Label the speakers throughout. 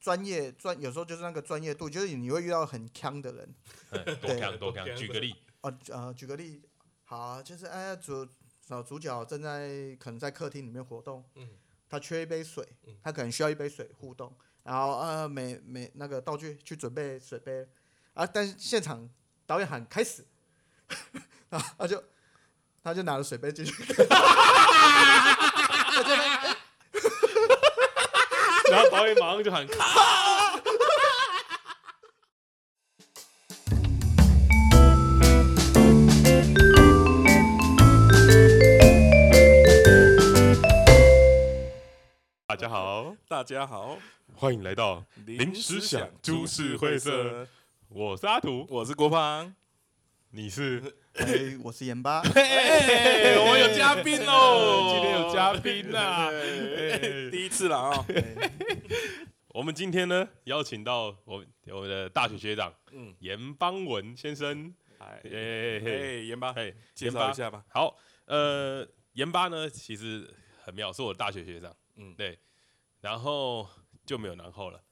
Speaker 1: 专业专有时候就是那个专业度，就是你会遇到很强的人
Speaker 2: 哎多强多强，举个例，
Speaker 1: 哦，呃，举个例，好啊，就是哎主呃主角正在可能在客厅里面活动，
Speaker 3: 嗯
Speaker 1: 他缺一杯水
Speaker 3: 嗯，
Speaker 1: 他可能需要一杯水互动，然后呃每每那个道具去准备水杯，啊，但是现场导演喊开始， 然后他就他就拿了水杯进去，
Speaker 4: 然后导演马上就喊卡。
Speaker 2: 大家好，
Speaker 4: 大家好，
Speaker 2: 欢迎来到，
Speaker 4: 临
Speaker 2: 时想株式会社，我是阿图，
Speaker 4: 我是郭胖。
Speaker 2: 你是
Speaker 1: 哎，我是盐 巴，
Speaker 4: 哎
Speaker 2: 我有嘉宾 哦
Speaker 4: 今天有嘉宾 呐、
Speaker 2: 啊哎
Speaker 4: 第一次了啊、
Speaker 2: 我们今天呢邀请到我我们的大学学长，嗯
Speaker 4: 嗯，
Speaker 2: 严邦文先生，
Speaker 4: 哎
Speaker 2: 哎哎
Speaker 4: 哎，
Speaker 2: 哎
Speaker 4: 盐巴，
Speaker 2: 哎，
Speaker 4: 介绍一下吧。
Speaker 2: 好，呃，盐巴呢其实很妙，是我的大学学长，嗯
Speaker 4: 嗯，
Speaker 2: 对，然后就没有然后了。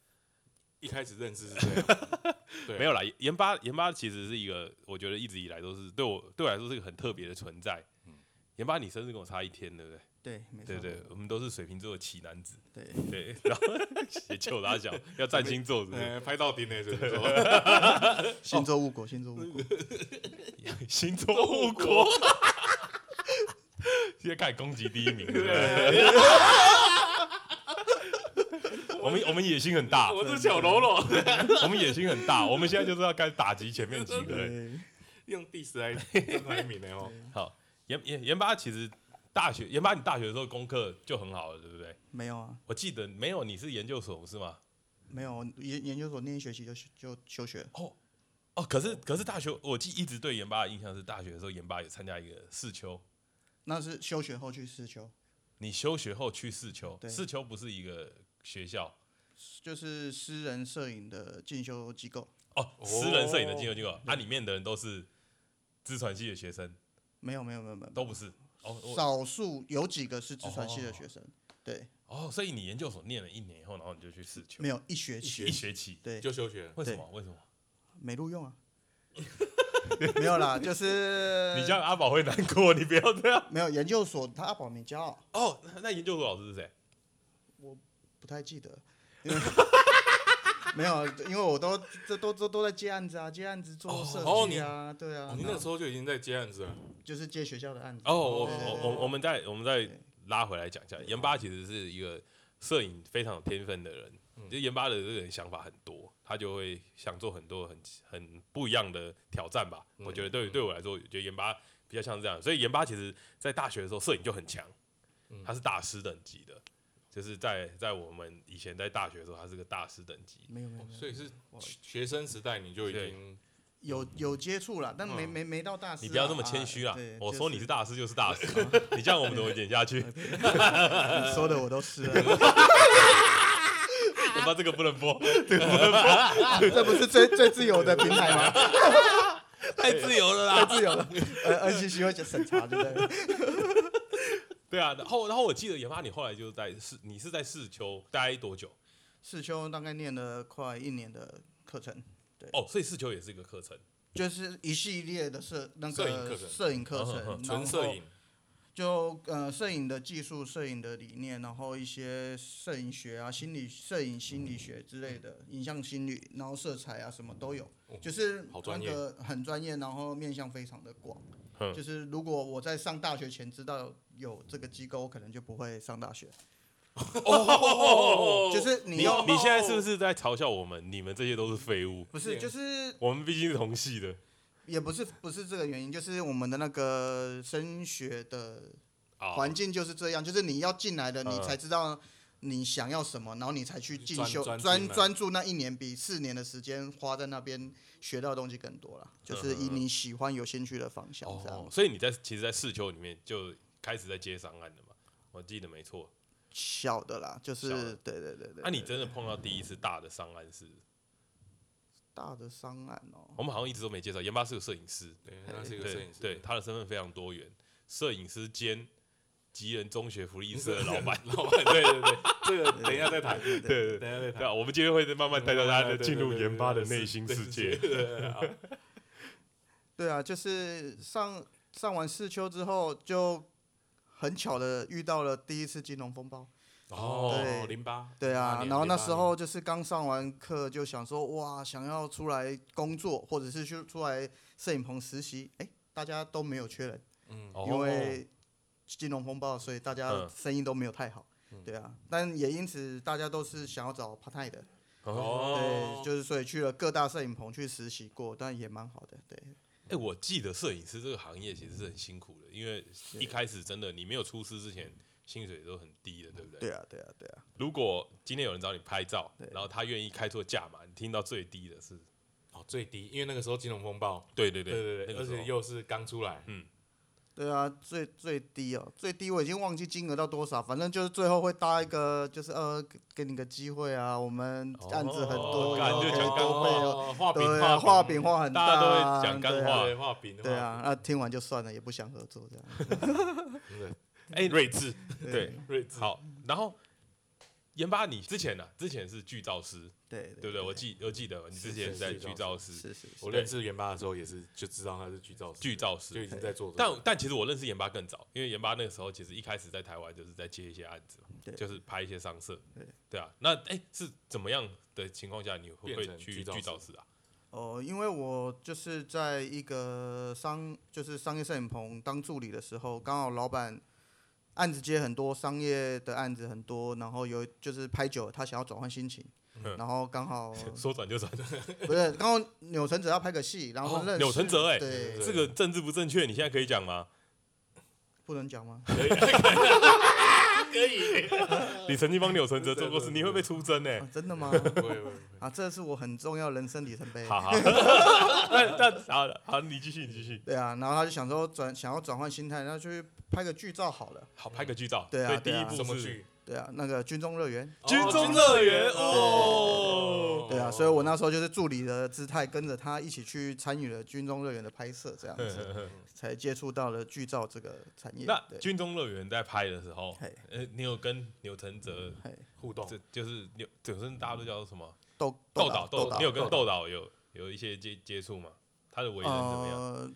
Speaker 4: 一开始认识是这样，对
Speaker 2: 没有啦，盐巴盐巴其实是一个，我觉得一直以来都是对我对我来说是一个很特别的存在。
Speaker 4: 嗯
Speaker 2: 盐巴，你生日跟我差一天，对不对？
Speaker 1: 对，没错
Speaker 2: 对，对，我们都是水瓶座的奇男子，
Speaker 1: 对，
Speaker 2: 对，然后 也就拉小要占星座是不是？
Speaker 4: 哎，拍到顶呢，是不是？
Speaker 1: 星座误国，星座误国，
Speaker 2: 星座误国， 现在开始攻击第一名，对不对？ 我 们我们野心很大，嗯
Speaker 4: 我是小喽啰，
Speaker 2: 我们野心很大，我们现在就是要开始打击前面几个人。
Speaker 1: 对，
Speaker 4: 用第十来排名呢哦。
Speaker 2: 好，研研研八其实大学研八，你大学的时候功课就很好了，对不对？
Speaker 1: 没有啊，
Speaker 2: 我记得没有，你是研究所不是吗？
Speaker 1: 没有研研究所念一学期就休就休学了，
Speaker 2: 哦，可是可是大学，我记一直对研八的印象是大学的时候，研八有参加一个试秋，
Speaker 1: 那是休学后去试修，
Speaker 2: 你休学后去试秋，
Speaker 1: 对
Speaker 2: 试秋不是一个学校
Speaker 1: 就是私人摄影的进修机构，
Speaker 2: 哦，
Speaker 4: 哦
Speaker 2: 私人摄影的进修机构，啊它里面的人都是资传系的学生，
Speaker 1: 没有没有没有没有，
Speaker 2: 都不是哦我
Speaker 1: 少数有几个是自传系的学生，对，
Speaker 2: 哦，所以你研究所念了一年以后，然后你就去试秋
Speaker 1: 没，有一学期，
Speaker 2: 一学期，
Speaker 1: 对，
Speaker 4: 就休学了，
Speaker 2: 为什么？为什么？
Speaker 1: 没录用啊，没有啦，就是
Speaker 2: 你这样阿宝会难过，你不要这样
Speaker 1: 没有研究所，他阿宝没骄傲，
Speaker 2: 哦。那那研究所老师是谁？
Speaker 1: 不太记得， 因为没有，因为我都这都都都在接案子啊，接案子做设
Speaker 4: 哦
Speaker 1: 计啊，对啊
Speaker 4: 哦，你那时候就已经在接案子了。
Speaker 1: 就是接学校的案子
Speaker 2: 哦，我
Speaker 1: 对对
Speaker 2: 我
Speaker 1: 对
Speaker 2: 我我们再我们再
Speaker 1: 对
Speaker 2: 拉回来讲一下，盐巴其实是一个摄影非常有天分的人，
Speaker 1: 嗯
Speaker 2: 就盐巴的这个人想法很多，他就会想做很多很很不一样的挑战吧。
Speaker 1: 嗯
Speaker 2: 我觉得对对我来说，我觉得盐巴比较像这样，所以盐巴其实在大学的时候摄影就很强，
Speaker 1: 嗯
Speaker 2: 他是大师等级的，就是在在我们以前在大学的时候，他是个大师等级。
Speaker 1: 没有没有没有
Speaker 4: 所以是学生时代你就已经
Speaker 1: 有有接触啦，但没没没到大师啊，
Speaker 2: 嗯你不要这么谦虚
Speaker 1: 啊
Speaker 2: 啦
Speaker 1: 对！
Speaker 2: 我
Speaker 1: 就
Speaker 2: 说你是大师就是 大师，你这样我们怎么演下去？
Speaker 1: 你 说的我都是了，
Speaker 2: 盐巴这个不能 播，
Speaker 1: 这不是最最自由的平台吗？
Speaker 2: 太自由了啦！
Speaker 1: 太自由了， 呃，NCC 会审查，对不对？
Speaker 2: 对啊，然后然后我记得研发你后来就在市，你是在市丘待多久？
Speaker 1: 世修大概念了快一年的课程，
Speaker 2: 哦，所以市丘也是一个课程，
Speaker 1: 就是一系列的摄那
Speaker 4: 摄影课
Speaker 1: 个
Speaker 4: 程
Speaker 1: 摄影课
Speaker 2: 嗯嗯
Speaker 1: 程，
Speaker 2: 嗯
Speaker 4: 纯摄影，
Speaker 1: 就呃摄影的技术、摄影的理念，然后一些摄影学啊、心理、摄影心理学之类的，影像心理，然后色彩啊什么都有，就是
Speaker 4: 好专
Speaker 1: 那个很专业，然后面向非常的广
Speaker 2: 嗯。
Speaker 1: 就是如果我在上大学前知道有这个机构，我可能就不会上大学。
Speaker 4: 哦
Speaker 1: 就是
Speaker 2: 你
Speaker 1: 你要
Speaker 2: 你现在是不是在嘲笑我们？你们这些都是废物，
Speaker 1: 不是就是
Speaker 2: 我们毕竟是同系的
Speaker 1: 也不是不是这个原因，就是我们的那个升学的
Speaker 2: 啊。
Speaker 1: 环境就是这样，就是你要进来的，
Speaker 2: 嗯
Speaker 1: 你才知道你想要什么，然后你才去进
Speaker 4: 专
Speaker 1: 修，
Speaker 4: 专
Speaker 1: 专
Speaker 4: 精啊
Speaker 1: 专注那一年比四年的时间花在那边学到的东西更多了，就是以你喜欢有兴趣的方向这样
Speaker 2: 哦，。所以你在其实，在市丘里面就开始在接商案了嘛？我记得没错。
Speaker 1: 小的啦，就
Speaker 2: 小的
Speaker 1: 是对对对对。
Speaker 2: 那、你
Speaker 1: 对
Speaker 2: 真的碰到第一次大的商案是？
Speaker 1: 大的伤案哦，
Speaker 2: 我们好像一直都没介绍，研发是个摄影师，
Speaker 4: 对，那是一个摄
Speaker 2: 对
Speaker 4: 影师，
Speaker 2: 对，他的身份非常多元，摄影师兼吉人中学福利社的老板。
Speaker 4: 老板，对对对，这个等一下再谈，
Speaker 1: 对
Speaker 2: 对对对
Speaker 4: 等一下再
Speaker 2: 对
Speaker 4: 谈。
Speaker 2: 啊，我们今天会慢慢带到大家
Speaker 4: 对
Speaker 2: 的
Speaker 4: 对
Speaker 2: 进入
Speaker 4: 对对
Speaker 2: 研发的
Speaker 4: 对对
Speaker 2: 内心世界。
Speaker 4: 对对对好
Speaker 1: 对啊，就是上上完试秋之后，就很巧的遇到了第一次金融风暴。
Speaker 4: 哦
Speaker 1: 对，
Speaker 4: 零八，
Speaker 1: 对
Speaker 4: 08
Speaker 1: 啊，
Speaker 4: 年
Speaker 1: 然后那
Speaker 4: 08
Speaker 1: 时候就是刚上完课，就想说哇，想要出来工作，或者是去出来摄影棚实习。哎，大家都没有缺人，
Speaker 4: 嗯，
Speaker 2: 哦
Speaker 1: 因为金融风暴，所以大家
Speaker 2: 嗯
Speaker 1: 生意都没有太好。
Speaker 4: 嗯
Speaker 1: 对啊，但也因此大家都是想要找 part time 的，
Speaker 2: 哦，
Speaker 4: 哦
Speaker 1: 对，就是所以去了各大摄影棚去实习过，但也蛮好的，对，
Speaker 2: 哎，我记得摄影师这个行业其实是很辛苦的，因为一开始真的你没有出师之前，薪水都很低的，对不对？
Speaker 1: 对啊，对啊，对啊，
Speaker 2: 如果今天有人找你拍照
Speaker 1: 对，
Speaker 2: 然后他愿意开错价嘛，你听到最低的是，
Speaker 4: 哦最低，因为那个时候金融风暴，
Speaker 2: 对对
Speaker 4: 对对
Speaker 2: 那
Speaker 4: 对，
Speaker 2: 个
Speaker 4: 而
Speaker 2: 时候
Speaker 4: 且又是刚出来，
Speaker 1: 对啊，最最低哦，最低我已经忘记金额到多少，反正就是最后会搭一个，就是呃，给给你个机会啊，我们案子很
Speaker 2: 哦
Speaker 1: 多，
Speaker 2: 干
Speaker 1: 然后
Speaker 2: 就讲
Speaker 1: 可以
Speaker 2: 干
Speaker 1: 多
Speaker 2: 话
Speaker 1: 备哦，
Speaker 4: 哦，画饼
Speaker 1: 对啊，画饼
Speaker 4: 画
Speaker 1: 画很
Speaker 2: 大家都会
Speaker 1: 啊
Speaker 2: 讲干
Speaker 1: 对啊
Speaker 2: 话
Speaker 4: 对画饼，
Speaker 1: 对啊，那听完就算了，也不想合作这 样，
Speaker 4: 画饼，真的
Speaker 2: 哎，
Speaker 4: 睿智
Speaker 2: 对，
Speaker 4: 睿智，
Speaker 2: 好，然后研发你之前呢、啊之前是剧照师，
Speaker 1: 对
Speaker 2: 对不对？我记我记得你之前
Speaker 4: 是
Speaker 2: 在
Speaker 4: 是
Speaker 2: 剧照师，
Speaker 1: 是是是，
Speaker 4: 我认识元巴的时候也是就知道他是剧照师，
Speaker 2: 剧照
Speaker 4: 就已
Speaker 2: 师。
Speaker 4: 经在做这
Speaker 2: 但
Speaker 4: 个，
Speaker 2: 但其实我认识研发更早，因为研发那个时候其实一开始在台湾就是在接一些案子嘛
Speaker 1: 对
Speaker 2: 就是拍一些上色
Speaker 1: 对，
Speaker 2: 对啊。那哎是怎么样的情况下你会
Speaker 4: 变成
Speaker 2: 去
Speaker 4: 剧照师
Speaker 2: 剧照师啊？
Speaker 1: 哦，因为我就是在一个商，就是商业摄影棚当助理的时候，刚好老板案子接很多，商业的案子很多，然后有就是拍久了，他想要转换心情，
Speaker 2: 嗯
Speaker 1: 然后刚 好
Speaker 2: 说转就转，
Speaker 1: 不是刚好钮承泽要拍个戏，然后
Speaker 2: 哦
Speaker 1: 认识
Speaker 2: 钮承泽哎
Speaker 1: 对，
Speaker 2: 这个政治不正确，你现在可以讲吗？
Speaker 1: 不能讲吗？
Speaker 4: 可以，
Speaker 2: 你曾经帮钮承泽
Speaker 4: 呃对
Speaker 2: 做过事，
Speaker 4: 对
Speaker 2: 你会被出征呢、
Speaker 1: 啊真的 吗？
Speaker 4: 不会不会，
Speaker 1: 啊，这是我很重要的人生里程碑。
Speaker 2: 好好， 那那好好，你继续你继续，
Speaker 1: 对啊，然后他就想说转想要转换心态，那就去拍个剧照好了。
Speaker 2: 好拍个剧照。
Speaker 1: 对啊
Speaker 2: 所以
Speaker 1: 对啊
Speaker 2: 第一
Speaker 4: 什
Speaker 2: 步
Speaker 4: 么
Speaker 2: 是
Speaker 4: 剧？
Speaker 1: 对啊，那个军中乐园。
Speaker 2: 军
Speaker 4: 哦
Speaker 2: 中乐园哦
Speaker 4: 哦，
Speaker 1: 对啊，所以我那时候就是助理的姿态，跟着他一起去参与了军中乐园的拍摄，这样 子才接触到了剧照这个产业。
Speaker 2: 嗯那
Speaker 1: 对，
Speaker 2: 军中乐园在拍的时候
Speaker 1: 嘿，
Speaker 2: 呃，你有跟钮承泽，
Speaker 1: 嘿
Speaker 4: 互动
Speaker 2: 这就是钮，本身大家都叫做什么
Speaker 1: 豆
Speaker 2: 豆导，
Speaker 1: 豆
Speaker 2: 你有
Speaker 4: 豆
Speaker 2: 跟
Speaker 4: 导
Speaker 2: 豆导有有一些接接触吗？他的为人怎么样？
Speaker 1: 呃，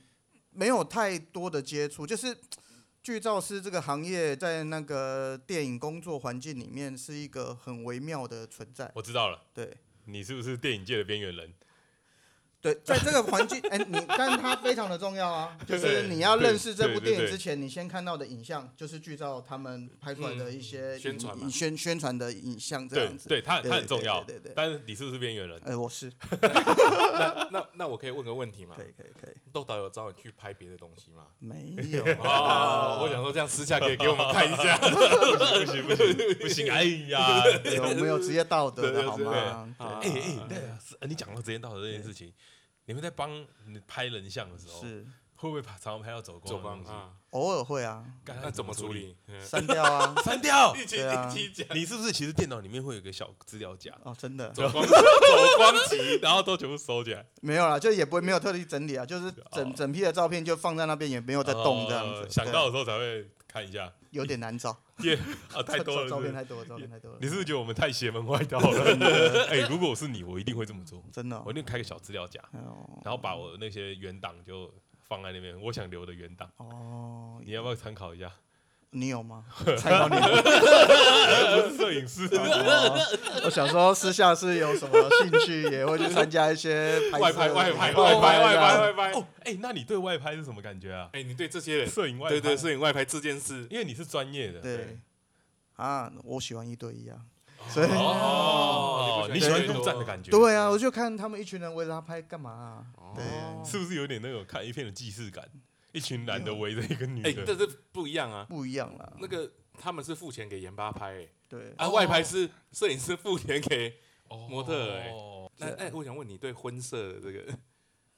Speaker 1: 没有太多的接触，就是剧照师这个行业在那个电影工作环境里面是一个很微妙的存在。
Speaker 2: 我知道了，
Speaker 1: 对
Speaker 2: 你是不是电影界的边缘人？
Speaker 1: 对，在这个环境，哎，你但它非常的重要 啊，就是
Speaker 2: 对
Speaker 1: 你要
Speaker 2: 对
Speaker 1: 认识这
Speaker 2: 对
Speaker 1: 部
Speaker 2: 对
Speaker 1: 电影
Speaker 2: 对
Speaker 1: 之前，你先看到的影像就是剧照他们拍出来的一些
Speaker 2: 嗯
Speaker 4: 宣
Speaker 1: 影
Speaker 4: 传嘛
Speaker 1: 影宣宣传的影像这
Speaker 2: 对
Speaker 1: 样，子。
Speaker 2: 对他
Speaker 1: 对
Speaker 2: 他很重
Speaker 1: 对
Speaker 2: 要啊
Speaker 1: 对对对，
Speaker 2: 但是你是不是边 缘人？
Speaker 1: 呃，我是
Speaker 4: 那那那我可以问个问题吗？
Speaker 1: 可以可以可以，
Speaker 4: 豆导有找你去拍别的东西吗？
Speaker 1: 没有
Speaker 4: 哦，我想说这样私下可以给我们看一 下。哎
Speaker 2: 不行不行不行，哎呀！
Speaker 1: 有我们有职业道德
Speaker 4: 对
Speaker 1: 的好
Speaker 4: 对
Speaker 1: 吗？
Speaker 4: 对
Speaker 1: 对
Speaker 2: 哎哎，对啊，是呃你讲到职业道德这件事情，你们在帮你拍人像的时候，
Speaker 1: 是
Speaker 2: 会不会常常拍到走
Speaker 4: 走
Speaker 2: 光的
Speaker 4: 光
Speaker 2: 东西？
Speaker 4: 啊，
Speaker 1: 偶尔会啊，
Speaker 2: 干，
Speaker 4: 那怎么处？理？嗯
Speaker 1: 删掉啊
Speaker 2: 删掉。
Speaker 4: 一起
Speaker 1: 对啊
Speaker 4: 一起讲，
Speaker 2: 你是不是其实电脑里面会有一个小资料夹，
Speaker 1: 哦，真 的
Speaker 4: 走光走光
Speaker 2: 集，然后都全部收起来，
Speaker 1: 没有啦，就也不会没有特地整理啊，就是整
Speaker 2: 哦
Speaker 1: 整批的照片就放在那边，也没有在动这样
Speaker 2: 呃
Speaker 1: 子。
Speaker 2: 想
Speaker 1: 对
Speaker 2: 到的时候才会看一下，
Speaker 1: 有点难找，
Speaker 2: 耶啊，太多了，
Speaker 1: 照照片
Speaker 2: 是不是
Speaker 1: 太多了，照片太多了。
Speaker 2: 你是不是觉得我们太邪门歪道 了？哎，如果我是你，我一定会这么做，
Speaker 1: 真的哦
Speaker 2: 我一？定开个小资料夹，
Speaker 1: 哎呦
Speaker 2: 然后把我那些原档就放在那边，我想留的原档，
Speaker 1: 哦，
Speaker 2: 你要不要参考一下？
Speaker 1: 你有 吗？参考你有吗。
Speaker 2: 我是呃摄影 师，
Speaker 1: 哦我小时候私下是有什么兴趣，也会去参加一些拍摄
Speaker 4: 外拍外拍
Speaker 1: 外
Speaker 4: 外拍外
Speaker 1: 这样
Speaker 4: 拍外拍。
Speaker 2: 哦，哎，那你对外拍是什么感觉啊？
Speaker 4: 哎，你对这些人，
Speaker 2: 摄影外
Speaker 4: 对对，
Speaker 2: 是
Speaker 4: 摄影外拍这件事，
Speaker 2: 因为你是专业 的，
Speaker 1: 对
Speaker 4: 对
Speaker 1: 啊，我喜欢一对一啊，所以
Speaker 2: 哦，你喜欢
Speaker 4: 对
Speaker 2: 独占的感觉，
Speaker 1: 对啊，我就看他们一群人围着他拍干嘛啊、对，
Speaker 2: 是不是有点那种看一片的既视感？一群男的围着一个女
Speaker 4: 哎，
Speaker 2: 的，
Speaker 4: 这是不一样啊。
Speaker 1: 不一样啦。
Speaker 4: 那个他们是付钱给研发拍，哎
Speaker 1: 对，
Speaker 4: 啊，
Speaker 2: 哦
Speaker 4: 外拍是摄影师付钱给。模特哎
Speaker 2: 哦
Speaker 4: 那哎，我想问你对婚摄的这个，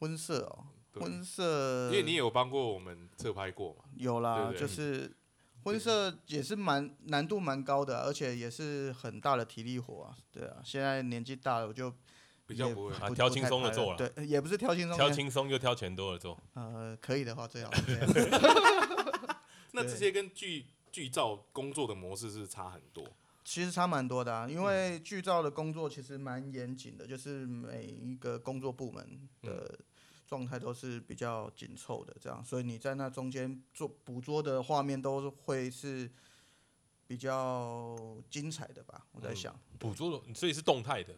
Speaker 1: 婚摄哦，
Speaker 4: 对
Speaker 1: 婚摄，
Speaker 4: 因为你也有帮过我们侧拍过嘛？
Speaker 1: 有啦，
Speaker 4: 对对
Speaker 1: 就是婚摄也是蛮难度蛮高的啊、而且也是很大的体力活啊。对啊，现在年纪大了，我就
Speaker 4: 比较
Speaker 1: 也
Speaker 4: 不会
Speaker 2: 啊挑轻松的
Speaker 1: 太拍
Speaker 2: 做啦
Speaker 1: 对，呃也不是挑轻松，
Speaker 2: 挑轻松又挑钱多了做，
Speaker 1: 呃，可以的话最好。这样
Speaker 4: 那这些跟剧剧照工作的模式是差很多。
Speaker 1: 其实差蛮多的、啊，因为
Speaker 4: 嗯
Speaker 1: 剧照的工作其实蛮严谨的，就是每一个工作部门的
Speaker 4: 嗯
Speaker 1: 状态都是比较紧凑的，这样，所以你在那中间做捕捉的画面都会是比较精彩的吧？
Speaker 4: 嗯
Speaker 1: 我在想，
Speaker 2: 捕捉的，所以是动态的。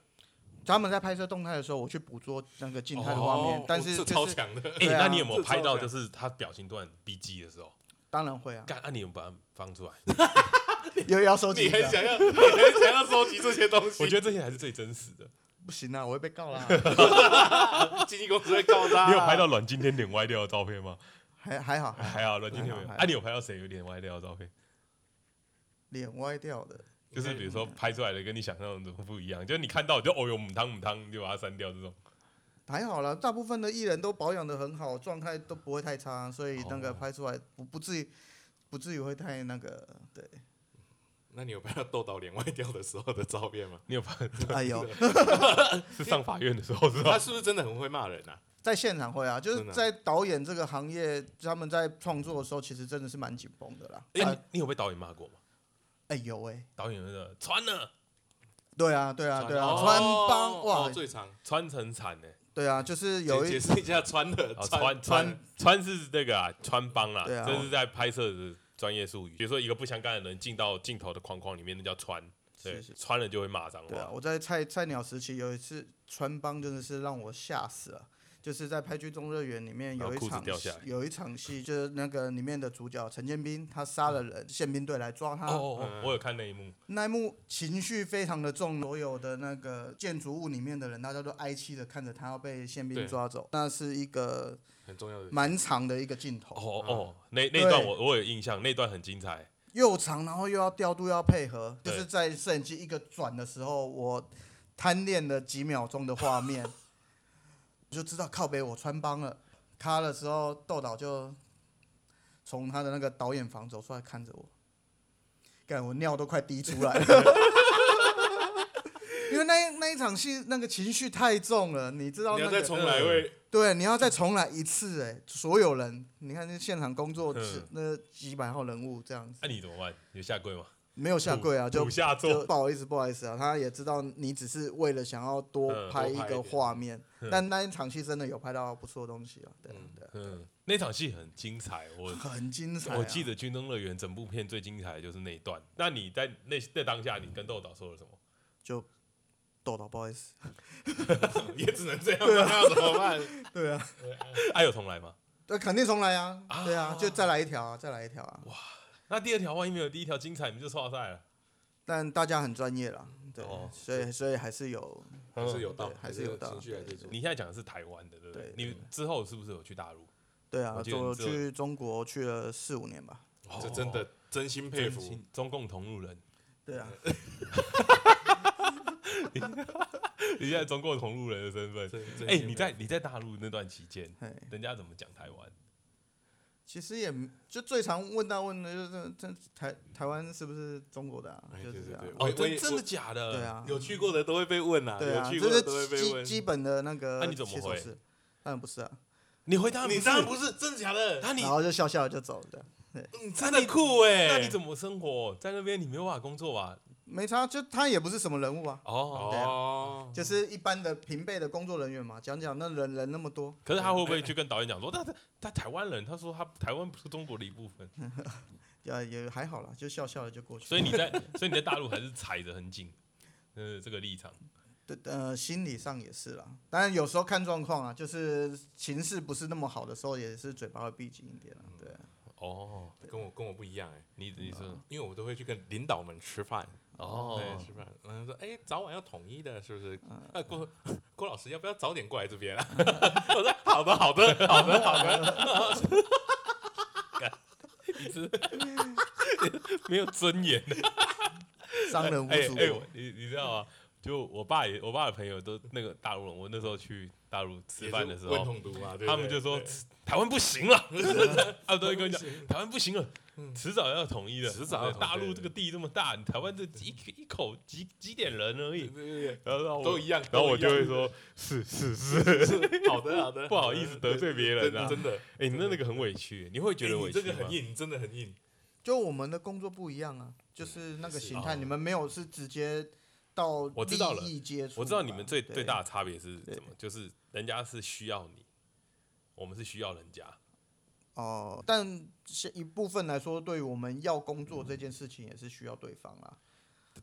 Speaker 1: 他们在拍摄动态的时候，我去捕捉那个静态的画面，
Speaker 4: 哦
Speaker 1: 但
Speaker 4: 我
Speaker 1: 是就
Speaker 4: 这超
Speaker 1: 是
Speaker 4: 强的，
Speaker 2: 哎、
Speaker 1: 对啊
Speaker 2: 那你有没有
Speaker 4: 这超
Speaker 2: 拍到
Speaker 4: 像
Speaker 2: 就是他表情突然逼急的时候？
Speaker 1: 当然会啊，
Speaker 2: 干，啊，你有没有把它放 出来？
Speaker 1: 有要收集
Speaker 4: 你
Speaker 1: 一
Speaker 4: 很
Speaker 1: 下，
Speaker 4: 想要， 你很想要收集这些东西。
Speaker 2: 我觉得这些还是最真实的。
Speaker 1: 不行啊，我会被告 啦。
Speaker 4: 得经纪公司会告他。啊哎
Speaker 2: 你有拍到阮经天脸歪掉的照片吗？
Speaker 1: 还还好，还好
Speaker 2: 还好，阮经天没有。
Speaker 1: 还好
Speaker 2: 啊，你有拍到谁有脸歪掉的照片？
Speaker 1: 脸歪掉的，
Speaker 2: 就是比如说拍出来的跟你想象中不一样，就是你看到你就哦哟母汤母汤，你就把它删掉这种。
Speaker 1: 还好啦，大部分的艺人都保养的很好，状态都不会太差，所以那个
Speaker 2: 哦
Speaker 1: 拍出来不不至于不至于会太那个，对，
Speaker 4: 那你有拍到豆导脸歪掉的时候的照 片吗？
Speaker 2: 你有拍？
Speaker 1: 哎 呦，
Speaker 2: 是上法院的时候是吧
Speaker 4: 他？是不是真的很会骂人啊？
Speaker 1: 在现场会啊，就
Speaker 4: 真
Speaker 1: 是
Speaker 4: 的啊
Speaker 1: 在导演这个行业，他们在创作的时候，其实真的是蛮紧绷的啦。
Speaker 2: 哎、
Speaker 1: 啊
Speaker 2: 你你有被导演骂过吗？
Speaker 1: 哎呦哎、
Speaker 2: 导演的穿了
Speaker 1: 对啊对啊对啊，
Speaker 4: 哦
Speaker 1: 穿帮
Speaker 4: 哦
Speaker 1: 哇，
Speaker 4: 最长。
Speaker 2: 穿成惨欸呢、
Speaker 1: 对啊，就是有
Speaker 4: 解
Speaker 1: 一
Speaker 4: 释一下穿的
Speaker 2: 啊，穿穿穿是那个啊，穿帮啦，
Speaker 1: 对啊
Speaker 2: 这是在拍摄的专业术语。比如说一个不相干的人进到镜头的框框里面，那叫穿。对，
Speaker 1: 是是
Speaker 2: 穿了就会骂脏
Speaker 1: 对啊，
Speaker 2: 话。哦
Speaker 1: 我在菜菜鸟时期有一次穿帮真的是让我吓死了，就是在拍《剧中乐园》里面
Speaker 2: 然
Speaker 1: 有
Speaker 2: 后
Speaker 1: 一
Speaker 2: 裤子
Speaker 1: 场
Speaker 2: 掉
Speaker 1: 戏
Speaker 2: 下来
Speaker 1: 有一场戏，就是那个里面的主角陈建斌他杀了人，宪兵队来抓他，
Speaker 2: 哦哦哦
Speaker 4: 嗯，
Speaker 2: 我有看那一幕，
Speaker 1: 那一幕情绪非常的重，所有的那个建筑物里面的人，大家都哀戚的看着他要被宪兵
Speaker 4: 对
Speaker 1: 抓走，那是一个
Speaker 4: 很重要的。
Speaker 1: 蛮长的一个镜头，
Speaker 2: 哦
Speaker 4: 嗯
Speaker 2: 哦，那那
Speaker 1: 对
Speaker 2: 段我我有印象，那段很精彩。
Speaker 1: 又长，然后又要调度，又要配合，就
Speaker 2: 对
Speaker 1: 是在摄影机一个转的时候，我贪恋了几秒钟的画面， 我就知道靠北我穿帮了。咔的时候，豆导就从他的那个导演房走出来，看着我，干我尿都快滴出来了。 因为那一那一场戏那个情绪太重了，你知道
Speaker 4: 你
Speaker 1: 那
Speaker 4: 要
Speaker 1: 个嗯
Speaker 4: 再重来位，
Speaker 1: 对，你要再重来一次哎、所有人，你看这现场工作
Speaker 2: 嗯
Speaker 1: 几那几百号人物这样子，
Speaker 2: 啊那你怎么办？你有下跪吗？
Speaker 1: 没有下跪啊，就
Speaker 2: 土下
Speaker 1: 就
Speaker 2: 座。
Speaker 1: 不好意思，不好意思啊，他也知道你只是为了想要多
Speaker 2: 嗯
Speaker 1: 拍
Speaker 4: 多
Speaker 1: 一
Speaker 4: 拍一
Speaker 1: 个
Speaker 4: 点
Speaker 1: 画面，
Speaker 2: 嗯
Speaker 1: 但那一场戏真的有拍到不错的东西啊，对啊
Speaker 4: 嗯
Speaker 1: 对啊，
Speaker 2: 嗯，那场戏很精彩，我
Speaker 1: 很精彩啊。
Speaker 2: 我记得《军中乐园》整部片最精彩的就是那一段。那你在那那当下，你跟豆导说了什么？
Speaker 1: 就豆豆，不好意思，
Speaker 4: 也只能这样，
Speaker 1: 啊
Speaker 4: 那要怎 么办？
Speaker 1: 对啊，
Speaker 2: 爱有重来吗？
Speaker 1: 那肯定重来啊，
Speaker 2: 啊
Speaker 1: 对啊，就再来一条啊，再来一条啊。
Speaker 2: 那第二条万一没有第一条精彩，你们就错赛了。
Speaker 1: 但大家很专业啦，对
Speaker 2: 哦，
Speaker 1: 所以所以还是有
Speaker 4: 还是有道，
Speaker 1: 对还是有道
Speaker 4: 情绪还是有
Speaker 2: 你现在讲的是台湾的，对不对
Speaker 1: 对？对
Speaker 2: 你之后是不是有去大陆？
Speaker 1: 对啊，
Speaker 2: 我记得你
Speaker 1: 就
Speaker 2: 只有
Speaker 1: 去中国去了四五年吧，
Speaker 4: 这真的真心佩
Speaker 2: 哦真
Speaker 4: 服
Speaker 2: 心，中共同路人。
Speaker 1: 对啊，
Speaker 2: 嗯你现在中共同路人的身份，
Speaker 4: 真真
Speaker 2: 哎，
Speaker 4: 心
Speaker 2: 你
Speaker 4: 佩
Speaker 2: 在你在大陆那段期间，
Speaker 1: 嘿。
Speaker 2: 人家怎么讲台湾？
Speaker 1: 其实也就最常问到问的就是这这台台湾是不是中国的、啊
Speaker 4: 哎，
Speaker 1: 就是
Speaker 4: 对
Speaker 1: 这样。
Speaker 4: 对对
Speaker 2: 哦，
Speaker 4: 我
Speaker 2: 真
Speaker 4: 也
Speaker 2: 真的假的？
Speaker 1: 对啊
Speaker 4: 服。有去过的都会被问啊，
Speaker 1: 对啊，
Speaker 4: 有去过的都
Speaker 1: 这
Speaker 4: 会
Speaker 1: 是
Speaker 4: 被
Speaker 1: 基
Speaker 4: 问。
Speaker 1: 基本的那个
Speaker 2: 啊你怎么
Speaker 1: 起手
Speaker 2: 回
Speaker 1: 式？当然不是啊，
Speaker 2: 你回答
Speaker 4: 啊你当然不是真的假的，
Speaker 2: 那你
Speaker 1: 然后就笑笑就走了，
Speaker 4: 你
Speaker 1: 嗯
Speaker 4: 真的酷哎！
Speaker 2: 那你怎么生活在那边？你没有办法工作吧？
Speaker 1: 没差，就他也不是什么人物啊，
Speaker 2: 哦，
Speaker 4: 哦，
Speaker 1: 就是一般的平辈的工作人员嘛，讲讲那人人那么多，
Speaker 2: 可是他会不会去跟导演讲说，他他他台湾人，他说他台湾不是中国的一部分，
Speaker 1: 呃也还好啦，就笑笑的就过去了。
Speaker 2: 所以你 在所以你在大陆还是踩得很紧，呃，这个立场。
Speaker 1: 对，呃，心理上也是啦。当然有时候看状况啊，就是情势不是那么好的时候，也是嘴巴会闭紧一点啦。
Speaker 2: 嗯
Speaker 1: 对啊，
Speaker 2: 哦，
Speaker 4: 跟我跟我不一样哎，
Speaker 2: 你你是
Speaker 4: 因为我都会去跟领导们吃饭，
Speaker 2: 哦嗯
Speaker 4: 对，吃饭，然后说哎，早晚要统一的，是不是？那郭郭老师要不要早点过来这边啊？ 我说好的，好的，好的，好的。
Speaker 2: 没有尊严的，
Speaker 1: 商人无
Speaker 2: 哎
Speaker 1: 主。
Speaker 2: 哎，我你你知道吗？就我爸也，我爸的朋友都那个大陆人，我那时候去大陆吃饭的时
Speaker 4: 问
Speaker 2: 候，
Speaker 4: 统独嘛，对不对
Speaker 2: 他们就说
Speaker 4: 对
Speaker 2: 台湾不行 了，他们都会跟我讲
Speaker 4: 台湾不行
Speaker 2: 台湾不行了，迟早要统一的，
Speaker 4: 嗯迟早要统一
Speaker 2: 大陆这个地这么大，你台湾这一一口几几点人而已
Speaker 4: 对，对
Speaker 2: 然后我
Speaker 4: 嗯都一样
Speaker 2: 哦然后我
Speaker 4: 都一
Speaker 2: 就
Speaker 4: 样
Speaker 2: 会 说，是是是，
Speaker 4: 对，好的好 的，
Speaker 2: 不好意思得罪别人啊
Speaker 4: 真的真的。
Speaker 2: 哎、你那那个很委屈，你会觉
Speaker 4: 哎
Speaker 2: 得
Speaker 4: 你
Speaker 2: 委屈
Speaker 4: 这
Speaker 2: 吗？
Speaker 4: 个很硬，你真的很硬。
Speaker 1: 就我们的工作不一样啊，就是那个
Speaker 4: 是
Speaker 1: 形态，
Speaker 2: 哦
Speaker 1: 你们没有是直接到
Speaker 2: 我知道了
Speaker 1: 利益接触吧，
Speaker 2: 我知道你们最
Speaker 1: 对
Speaker 2: 最大的差别是
Speaker 1: 对
Speaker 2: 什么，就是人家是需要你，我们是需要人家。
Speaker 1: 哦、但是一部分来说，对于我们要工作这件事情也是需要对方啦，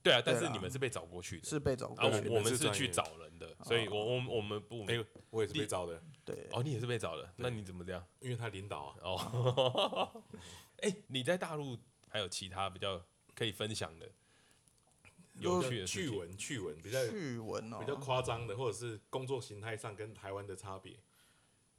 Speaker 2: 对啊，但
Speaker 1: 对
Speaker 2: 是
Speaker 1: 啦
Speaker 2: 你们是被找过去的，
Speaker 1: 是被找
Speaker 2: 啊，
Speaker 1: 过去的
Speaker 2: 我我们
Speaker 4: 是
Speaker 2: 是
Speaker 4: 专业
Speaker 2: 去找人的，所以我我我们不
Speaker 4: 没有，我也是被
Speaker 2: 你
Speaker 4: 招的，
Speaker 1: 对，
Speaker 2: 哦，你也是被找的，那你怎么这样？
Speaker 4: 因为他领导啊，
Speaker 2: 哦， 哎，你在大陆还有其他比较可以分享的有趣的事
Speaker 4: 趣
Speaker 2: 情？啊
Speaker 4: 闻趣闻比较
Speaker 1: 趣闻哦，
Speaker 4: 比较夸张的，或者是工作形态上跟台湾的差别。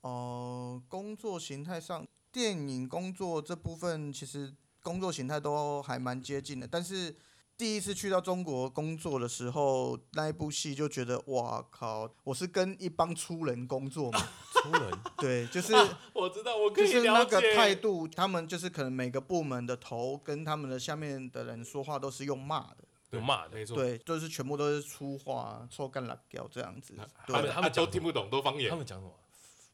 Speaker 1: 哦、工作形态上，电影工作这部分其实工作形态都还蛮接近的。但是第一次去到中国工作的时候，那一部戏就觉得哇靠，我是跟一帮粗人工作嘛，
Speaker 2: 出人
Speaker 1: 对，就是
Speaker 4: 我知道，我可
Speaker 1: 就
Speaker 4: 以
Speaker 1: 是那
Speaker 4: 了
Speaker 1: 个态
Speaker 4: 解。
Speaker 1: 度，他们就是可能每个部门的头跟他们的下面的人说话都是用骂的，
Speaker 2: 有骂的，
Speaker 4: 没错，
Speaker 1: 对，就是全部都是粗话、臭干辣椒这样子。对
Speaker 4: 他们他们
Speaker 2: 讲什么
Speaker 4: 都听不懂，都方
Speaker 2: 他
Speaker 4: 言。
Speaker 2: 们讲什么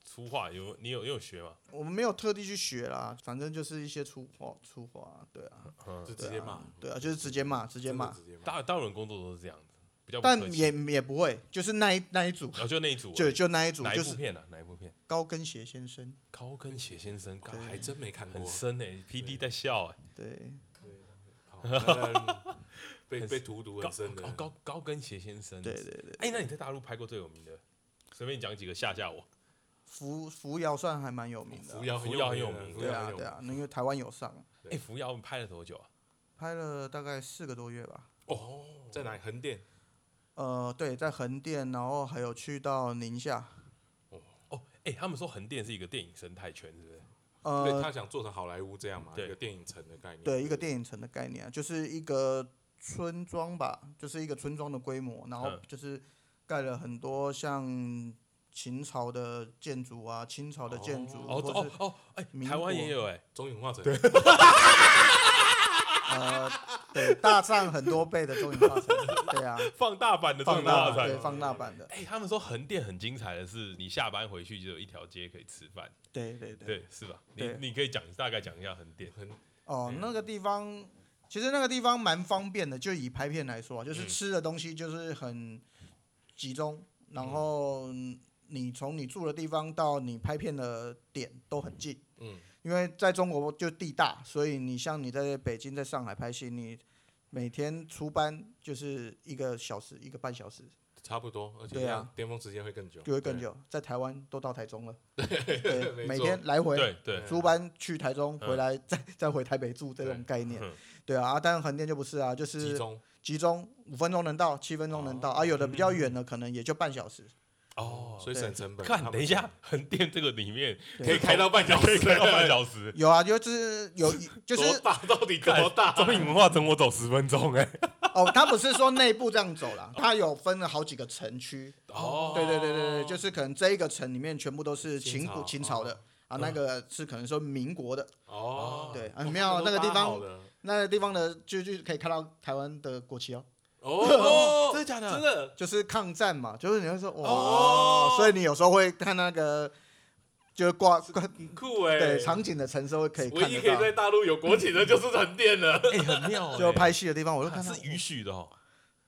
Speaker 2: 粗话？有你有你有学吗？
Speaker 1: 我们没有特地去学啦，反正就是一些粗话、粗话，对啊，
Speaker 2: 嗯，
Speaker 4: 就
Speaker 1: 对
Speaker 4: 直
Speaker 1: 啊
Speaker 4: 接骂，
Speaker 1: 对啊，就是直接骂，直接
Speaker 4: 真的
Speaker 1: 骂，
Speaker 4: 直接骂。
Speaker 2: 大大陆人工作都是这样子，比较不客
Speaker 1: 但
Speaker 2: 气
Speaker 1: 也也不会，就是那一那一组，
Speaker 2: 哦就那一组而已，
Speaker 1: 就就那一组，
Speaker 2: 哪一
Speaker 1: 就
Speaker 2: 部
Speaker 1: 是
Speaker 2: 片啊？哪一部片？
Speaker 1: 高跟鞋先生，
Speaker 2: 高跟鞋先生，
Speaker 4: 干
Speaker 2: 干
Speaker 4: 还真没看过
Speaker 2: 很。深哎，P D 在笑哎，
Speaker 1: 对，
Speaker 4: 嗯好哦那 被
Speaker 2: 很
Speaker 4: 被荼毒
Speaker 2: 高
Speaker 4: 很深的
Speaker 2: 高。 高高跟鞋先生，
Speaker 1: 对对对，
Speaker 2: 哎、那你在大陆拍过最有名的，随便讲几个吓吓我。
Speaker 1: 扶扶摇算还蛮有名的
Speaker 4: 扶
Speaker 1: 啊，
Speaker 4: 摇
Speaker 2: 扶摇很有
Speaker 1: 对
Speaker 2: 名
Speaker 4: 名啊，扶摇
Speaker 1: 啊
Speaker 4: 很有
Speaker 1: 对
Speaker 4: 名。
Speaker 1: 啊，那因为台湾有上，
Speaker 2: 哎、
Speaker 4: 对
Speaker 2: 扶摇拍了多久啊？
Speaker 1: 拍了大概四个多月吧，啊
Speaker 4: 哦，在哪里？横店。
Speaker 1: 呃，对，在横店，然后还有去到宁夏，
Speaker 2: 哦，哎、他们说横店是一个电影生态圈，是不是？
Speaker 4: 对
Speaker 1: 呃，
Speaker 4: 他想做成好莱坞这样嘛，
Speaker 2: 对
Speaker 4: 一个电影城的概念。
Speaker 1: 对，一个
Speaker 4: 电
Speaker 1: 电影城的概念啊，就是一个村庄吧，就是一个村庄的规模，然后
Speaker 2: 嗯
Speaker 1: 就是盖了很多像。秦朝的建筑啊，清朝的建筑，
Speaker 2: 哦
Speaker 1: 或
Speaker 2: 哦
Speaker 1: 是
Speaker 2: 哦，哎、
Speaker 1: 民
Speaker 2: 台
Speaker 1: 国
Speaker 2: 湾也有哎、
Speaker 4: 中影化城。
Speaker 1: 呃，对，大战很多倍的中影化城，对 啊，
Speaker 2: 放大版的这
Speaker 1: 放
Speaker 2: 种
Speaker 1: 大
Speaker 2: 大
Speaker 1: 版对
Speaker 2: 展。
Speaker 1: 放大版的，
Speaker 2: 哎、他们说横店很精彩的是，你下班回去就有一条街可以吃饭，
Speaker 1: 对对对。
Speaker 2: 对，是吧？你
Speaker 1: 对
Speaker 2: 你可以讲大概讲一下横店。
Speaker 4: 很
Speaker 1: 哦，
Speaker 4: 嗯
Speaker 1: 那个地方其实那个地方蛮方便的，就以拍片来说啊，就是
Speaker 2: 嗯
Speaker 1: 吃的东西就是很集中，然后
Speaker 4: 嗯
Speaker 1: 你从你住的地方到你拍片的点都很近。
Speaker 4: 嗯，
Speaker 1: 因为在中国就地大，所以你像你在北京、在上海拍戏，你每天出班就是一个小时、一个半小时，
Speaker 4: 差不多，而且
Speaker 1: 对啊
Speaker 4: 这样巅峰时间会更久，
Speaker 1: 就会更久。在台湾都到台中 了，对，
Speaker 4: 没
Speaker 1: 每
Speaker 4: 错
Speaker 1: 天来回
Speaker 2: 对对，
Speaker 1: 出班去台中，
Speaker 2: 嗯
Speaker 1: 回来再再回台北住这种概念
Speaker 2: 嗯。
Speaker 1: 对啊，啊但横店就不是啊，就
Speaker 4: 对，集
Speaker 1: 是
Speaker 4: 中。哦
Speaker 1: 集中五分钟能到，七分钟能到，啊，有的比较
Speaker 4: 嗯
Speaker 1: 远的可能也就半小时。
Speaker 2: 哦，
Speaker 4: 所以
Speaker 1: 对
Speaker 4: 省成本。他
Speaker 2: 看，
Speaker 4: 们
Speaker 2: 等一下，，横店这个里面
Speaker 1: 对
Speaker 4: 可以开到半小
Speaker 2: 可以
Speaker 4: 时，
Speaker 2: 开到半小时，
Speaker 1: 有啊，就是 有 就是
Speaker 4: 多大？到底多大？
Speaker 2: 中影文化城我走十分钟哎、
Speaker 1: 哦，他不是说内部这样走啦，他有分了好几个城区。
Speaker 4: 哦
Speaker 1: 对对对对对，就是可能这一个城里面全部都是
Speaker 4: 清
Speaker 1: 秦古
Speaker 4: 朝嗯
Speaker 1: 秦朝的。啊，那个是可能说民国的，
Speaker 4: 哦，
Speaker 1: 对很
Speaker 4: 哦
Speaker 1: 妙
Speaker 4: 他们都
Speaker 1: 那个地
Speaker 4: 搭
Speaker 1: 方
Speaker 4: 好的
Speaker 1: 那个地方的就就可以看到台湾的国旗哦，
Speaker 4: 哦，
Speaker 2: 真的假的
Speaker 4: 真的
Speaker 1: 就是抗战嘛，就是你会说哇，
Speaker 4: 哦
Speaker 1: 所以你有时候会看那个，就是挂挂
Speaker 4: 很酷哎，
Speaker 1: 对场景的陈设会可以
Speaker 4: 唯
Speaker 1: 看
Speaker 4: 一可以在
Speaker 1: 得
Speaker 4: 大陆有国企的就是横 店了。
Speaker 2: 哎、很妙、
Speaker 1: 到，
Speaker 2: 欸，
Speaker 1: 就拍戏的地方我就看到
Speaker 2: 是允许的哦。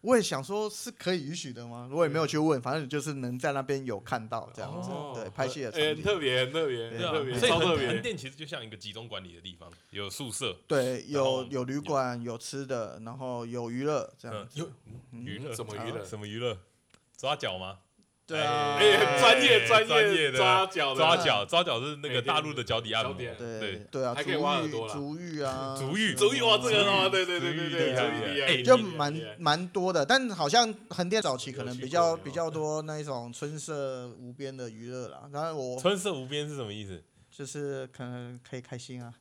Speaker 1: 我也想说，是可以允许的吗？我也没有去问，反正就是能在那边有看到这样子，
Speaker 4: 哦
Speaker 1: 对，拍戏的场
Speaker 4: 哎很
Speaker 1: 景，
Speaker 4: 特别，很特别，很
Speaker 1: 对啊
Speaker 4: 特别，
Speaker 2: 所以
Speaker 4: 超特
Speaker 2: 横
Speaker 4: 别
Speaker 2: 横。店其实就像一个集中管理的地方，有宿舍，
Speaker 1: 对，有
Speaker 2: 然后
Speaker 1: 有旅馆，有吃的，然后有娱乐这样
Speaker 2: 嗯
Speaker 1: 子，，
Speaker 2: 有娱乐啊
Speaker 4: 什么娱乐
Speaker 2: 什么娱乐？抓脚吗？
Speaker 1: 对啊，
Speaker 4: 哎很专业
Speaker 2: 哎
Speaker 4: 专业
Speaker 2: 专业的
Speaker 4: 抓脚的
Speaker 2: 抓脚，抓脚是那
Speaker 4: 哎
Speaker 2: 个
Speaker 4: 对
Speaker 2: 大陆的脚底按摩
Speaker 4: 脚，底按
Speaker 1: 对
Speaker 2: 对，
Speaker 1: 对啊，
Speaker 4: 还可以挖耳
Speaker 1: 足
Speaker 4: 朵
Speaker 1: 浴足浴
Speaker 4: 啦
Speaker 1: 啊，
Speaker 2: 足浴
Speaker 4: 足浴哇，这个
Speaker 2: 哦
Speaker 4: 哦，对对对对对，
Speaker 2: 厉
Speaker 4: 足
Speaker 2: 害
Speaker 4: 浴厉害
Speaker 2: 哎
Speaker 4: 厉害
Speaker 1: 就
Speaker 4: 厉害
Speaker 1: 蛮
Speaker 4: 厉害
Speaker 1: 蛮多的，但好像横店早期可能比较
Speaker 4: 有去过
Speaker 1: 比较多那一种村社无边的娱乐啦，然后我
Speaker 2: 春色无边是什么意思？
Speaker 1: 就是可能可以开心啊，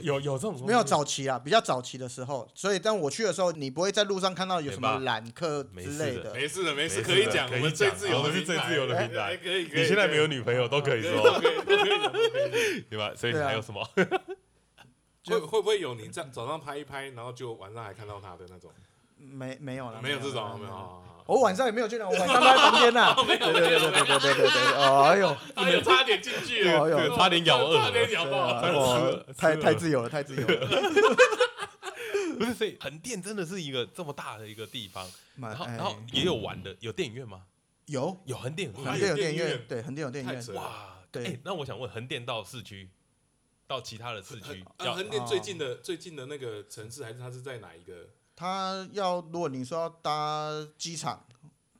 Speaker 2: 有有这种
Speaker 1: 没有早期啊，比较早期的时候，所以但我去的时候，你不会在路上看到有什么
Speaker 2: 没吧
Speaker 1: 揽客之类
Speaker 2: 没事的
Speaker 4: 没事的，没事，
Speaker 2: 没事的
Speaker 4: 可以讲，
Speaker 2: 可以
Speaker 4: 我们最自由
Speaker 2: 讲我
Speaker 4: 的
Speaker 2: 们
Speaker 4: 平
Speaker 2: 是
Speaker 4: 台，
Speaker 2: 最自由的平台
Speaker 4: 哎可以可以。啊
Speaker 2: 你现在没有女朋友都可以
Speaker 4: 可以
Speaker 2: 说，
Speaker 4: 可以可以可以讲可以讲
Speaker 2: 对吧？所以你
Speaker 1: 对啊
Speaker 2: 还有什么？
Speaker 4: 会会不会有你这样早上拍一拍，然后就晚上还看到他的那种？
Speaker 1: 没没有了，
Speaker 4: 没有这
Speaker 1: 啦
Speaker 4: 种，没。
Speaker 1: 啦
Speaker 4: 有。
Speaker 1: 我晚上也没有去哪，我晚上都在房间呐。对对对对对对对对对，哦哎呦，
Speaker 4: 哎呦，差点进去了，
Speaker 1: 哎呦
Speaker 2: 差点咬饿了
Speaker 4: 差点咬
Speaker 1: 对
Speaker 4: 到
Speaker 1: 啊，
Speaker 4: 了。
Speaker 1: 哇太太自由了，太自由了。
Speaker 2: 不是，所以横店真的是一个这么大的一个地方，
Speaker 1: 蛮
Speaker 2: 然后
Speaker 1: 哎
Speaker 2: 然后也有玩的，有电影院吗？
Speaker 1: 有
Speaker 2: 有横店，
Speaker 1: 横
Speaker 4: 还
Speaker 1: 店有
Speaker 4: 有
Speaker 1: 电
Speaker 4: 电
Speaker 1: 影
Speaker 4: 影
Speaker 1: 院，
Speaker 4: 院
Speaker 1: 对，横店有电影
Speaker 4: 太
Speaker 1: 院。
Speaker 4: 扯了
Speaker 2: 哇，
Speaker 1: 对
Speaker 2: 哎，那我想问，横店到市区，到其他的市区
Speaker 1: 呃
Speaker 4: 啊，
Speaker 2: 要哦
Speaker 4: 横店最近的最近的那个城市还是它是在哪一个？
Speaker 1: 他要如果你说要搭机场，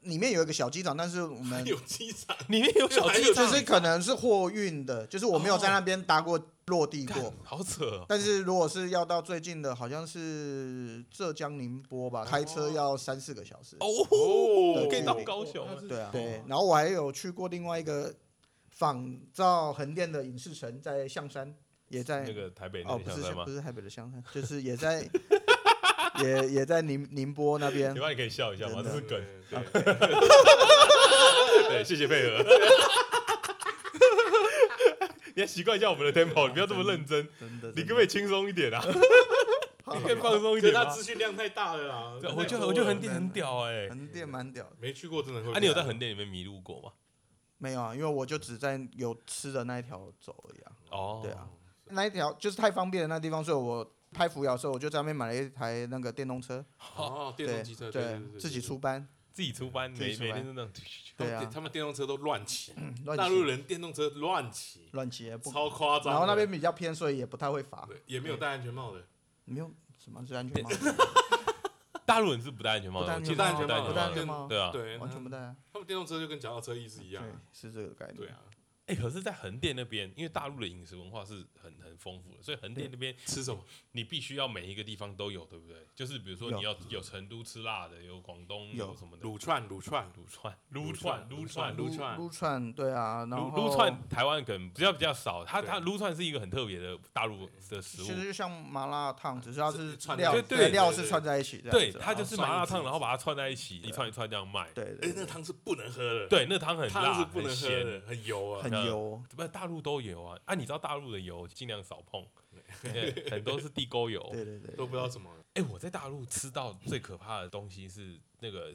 Speaker 1: 里面有一个小机场，但是我们
Speaker 2: 哎
Speaker 4: 有机 场，
Speaker 2: 里面有小
Speaker 4: 还
Speaker 2: 鸡
Speaker 4: 有
Speaker 1: 就是可能是货运的，就是我没有在那边搭过落地过。
Speaker 2: 好 扯哦，
Speaker 1: 但是如果是要到最近的，好像是浙江宁波吧，开车要三四个小时。
Speaker 2: 哦
Speaker 1: 对
Speaker 2: 可以到
Speaker 1: 对
Speaker 2: 高雄
Speaker 4: 它是
Speaker 1: 对啊，对。然后我还有去过另外一个仿照横店的影视城，在象山，也在
Speaker 2: 那个台北那
Speaker 1: 哦，
Speaker 2: 个
Speaker 1: 不
Speaker 2: 小
Speaker 1: 是
Speaker 2: 山
Speaker 1: 象
Speaker 2: 吗
Speaker 1: 不？是台北的象山， 就是也 在也也在宁宁波那边啊
Speaker 2: 你。妈，你可以笑一下吗？
Speaker 1: 真
Speaker 2: 这
Speaker 1: 的
Speaker 2: 是
Speaker 4: 对
Speaker 2: 梗，
Speaker 4: 对，
Speaker 2: 对，谢谢配合。 你要习惯一下我们的 tempo，你不要这么认真，
Speaker 1: 真的，
Speaker 2: 你
Speaker 1: 真的
Speaker 2: 可不可以轻松一点啊？ 你可以 放松一
Speaker 4: 可是
Speaker 2: 点
Speaker 4: 它
Speaker 2: 吗
Speaker 4: 资？讯量太大了啦。
Speaker 2: 对
Speaker 4: 太
Speaker 2: 我觉得
Speaker 4: 多
Speaker 2: 我觉得
Speaker 4: 了
Speaker 2: 横店很屌哎，
Speaker 1: 横店蛮屌的。
Speaker 4: 没去过，真的会。
Speaker 2: 啊，你有在横？店里面迷路过吗？
Speaker 1: 没有啊，因为我就只在有吃的那一条走而已啊。
Speaker 2: 哦，
Speaker 1: 对啊，那一条就是太方便的那地方，所以我拍扶摇的时候，我就在那边买了一台那个电动车，
Speaker 4: 哦，电动机车，对对对，
Speaker 1: 自己出班，
Speaker 2: 自己出班，
Speaker 1: 自己
Speaker 2: 每
Speaker 1: 出
Speaker 2: 每
Speaker 1: 班
Speaker 2: 天都那样。
Speaker 1: 对啊嗯
Speaker 4: 他们电动车都乱骑，
Speaker 1: 乱
Speaker 4: 大陆
Speaker 1: 骑
Speaker 4: 人电动车乱骑，
Speaker 1: 乱骑也不。
Speaker 4: 超夸张的。
Speaker 1: 然后那边比较偏，所以也不太会罚，
Speaker 4: 对也没有戴安全帽的，
Speaker 1: 没有什么是安全帽，
Speaker 2: 大陆人是不戴安全帽
Speaker 1: 不
Speaker 2: 的，
Speaker 1: 戴
Speaker 2: 我
Speaker 1: 安
Speaker 2: 记
Speaker 1: 全
Speaker 2: 得
Speaker 1: 帽，
Speaker 2: 是
Speaker 4: 不
Speaker 2: 戴
Speaker 4: 戴
Speaker 2: 安
Speaker 1: 不戴安
Speaker 2: 全帽的。
Speaker 1: 全帽，
Speaker 4: 对啊，
Speaker 2: 对
Speaker 1: 完全不戴啊。
Speaker 4: 他们电动车就跟脚踏车意思一
Speaker 1: 对
Speaker 4: 样啊。，
Speaker 1: 是这个概念。
Speaker 4: 对啊，
Speaker 2: 哎，可是，在横店那边，因为大陆的饮食文化是很很丰富的，所以横店那边
Speaker 4: 吃什么？
Speaker 2: 你必须要每一个地方都有，对不对？就是比如说
Speaker 1: 有
Speaker 2: 你要有成都吃辣的，有广东
Speaker 1: 有
Speaker 2: 什么的，
Speaker 4: 卤串，卤串，
Speaker 2: 撸串、撸串、撸
Speaker 4: 撸
Speaker 2: 串、
Speaker 4: 串
Speaker 2: 撸
Speaker 4: 撸
Speaker 1: 撸
Speaker 4: 串
Speaker 1: 撸串，对啊，然
Speaker 2: 撸
Speaker 1: 后
Speaker 2: 撸串，台湾可能比较比较少。它
Speaker 4: 对
Speaker 2: 它撸串是一个很特别的大陆的食
Speaker 1: 其实
Speaker 2: 物，
Speaker 1: 就像麻辣烫，只是它是
Speaker 4: 是串
Speaker 1: 料
Speaker 2: 在一起对对
Speaker 1: 料
Speaker 4: 对
Speaker 1: 是
Speaker 4: 对
Speaker 1: 串在一起这样
Speaker 2: 对，
Speaker 1: 子啊，
Speaker 2: 它就是麻辣烫，
Speaker 4: 然后
Speaker 2: 然后把它串在一起，
Speaker 1: 对
Speaker 2: 一串一串这样卖。
Speaker 1: 对
Speaker 4: 哎
Speaker 1: 对，
Speaker 4: 那
Speaker 1: 对
Speaker 4: 汤是不能喝的，
Speaker 2: 对，那汤很辣，
Speaker 4: 汤是不能
Speaker 2: 很
Speaker 4: 喝
Speaker 2: 咸，
Speaker 4: 的，很油啊
Speaker 1: 很。
Speaker 2: 那
Speaker 1: 油，
Speaker 2: 不，大陆都有啊。啊，你知道大陆的油尽量少碰，对，很多是地沟油。
Speaker 1: 对对对，
Speaker 4: 都不知道什么。
Speaker 2: 哎、我在大陆吃到最可怕的东西是那个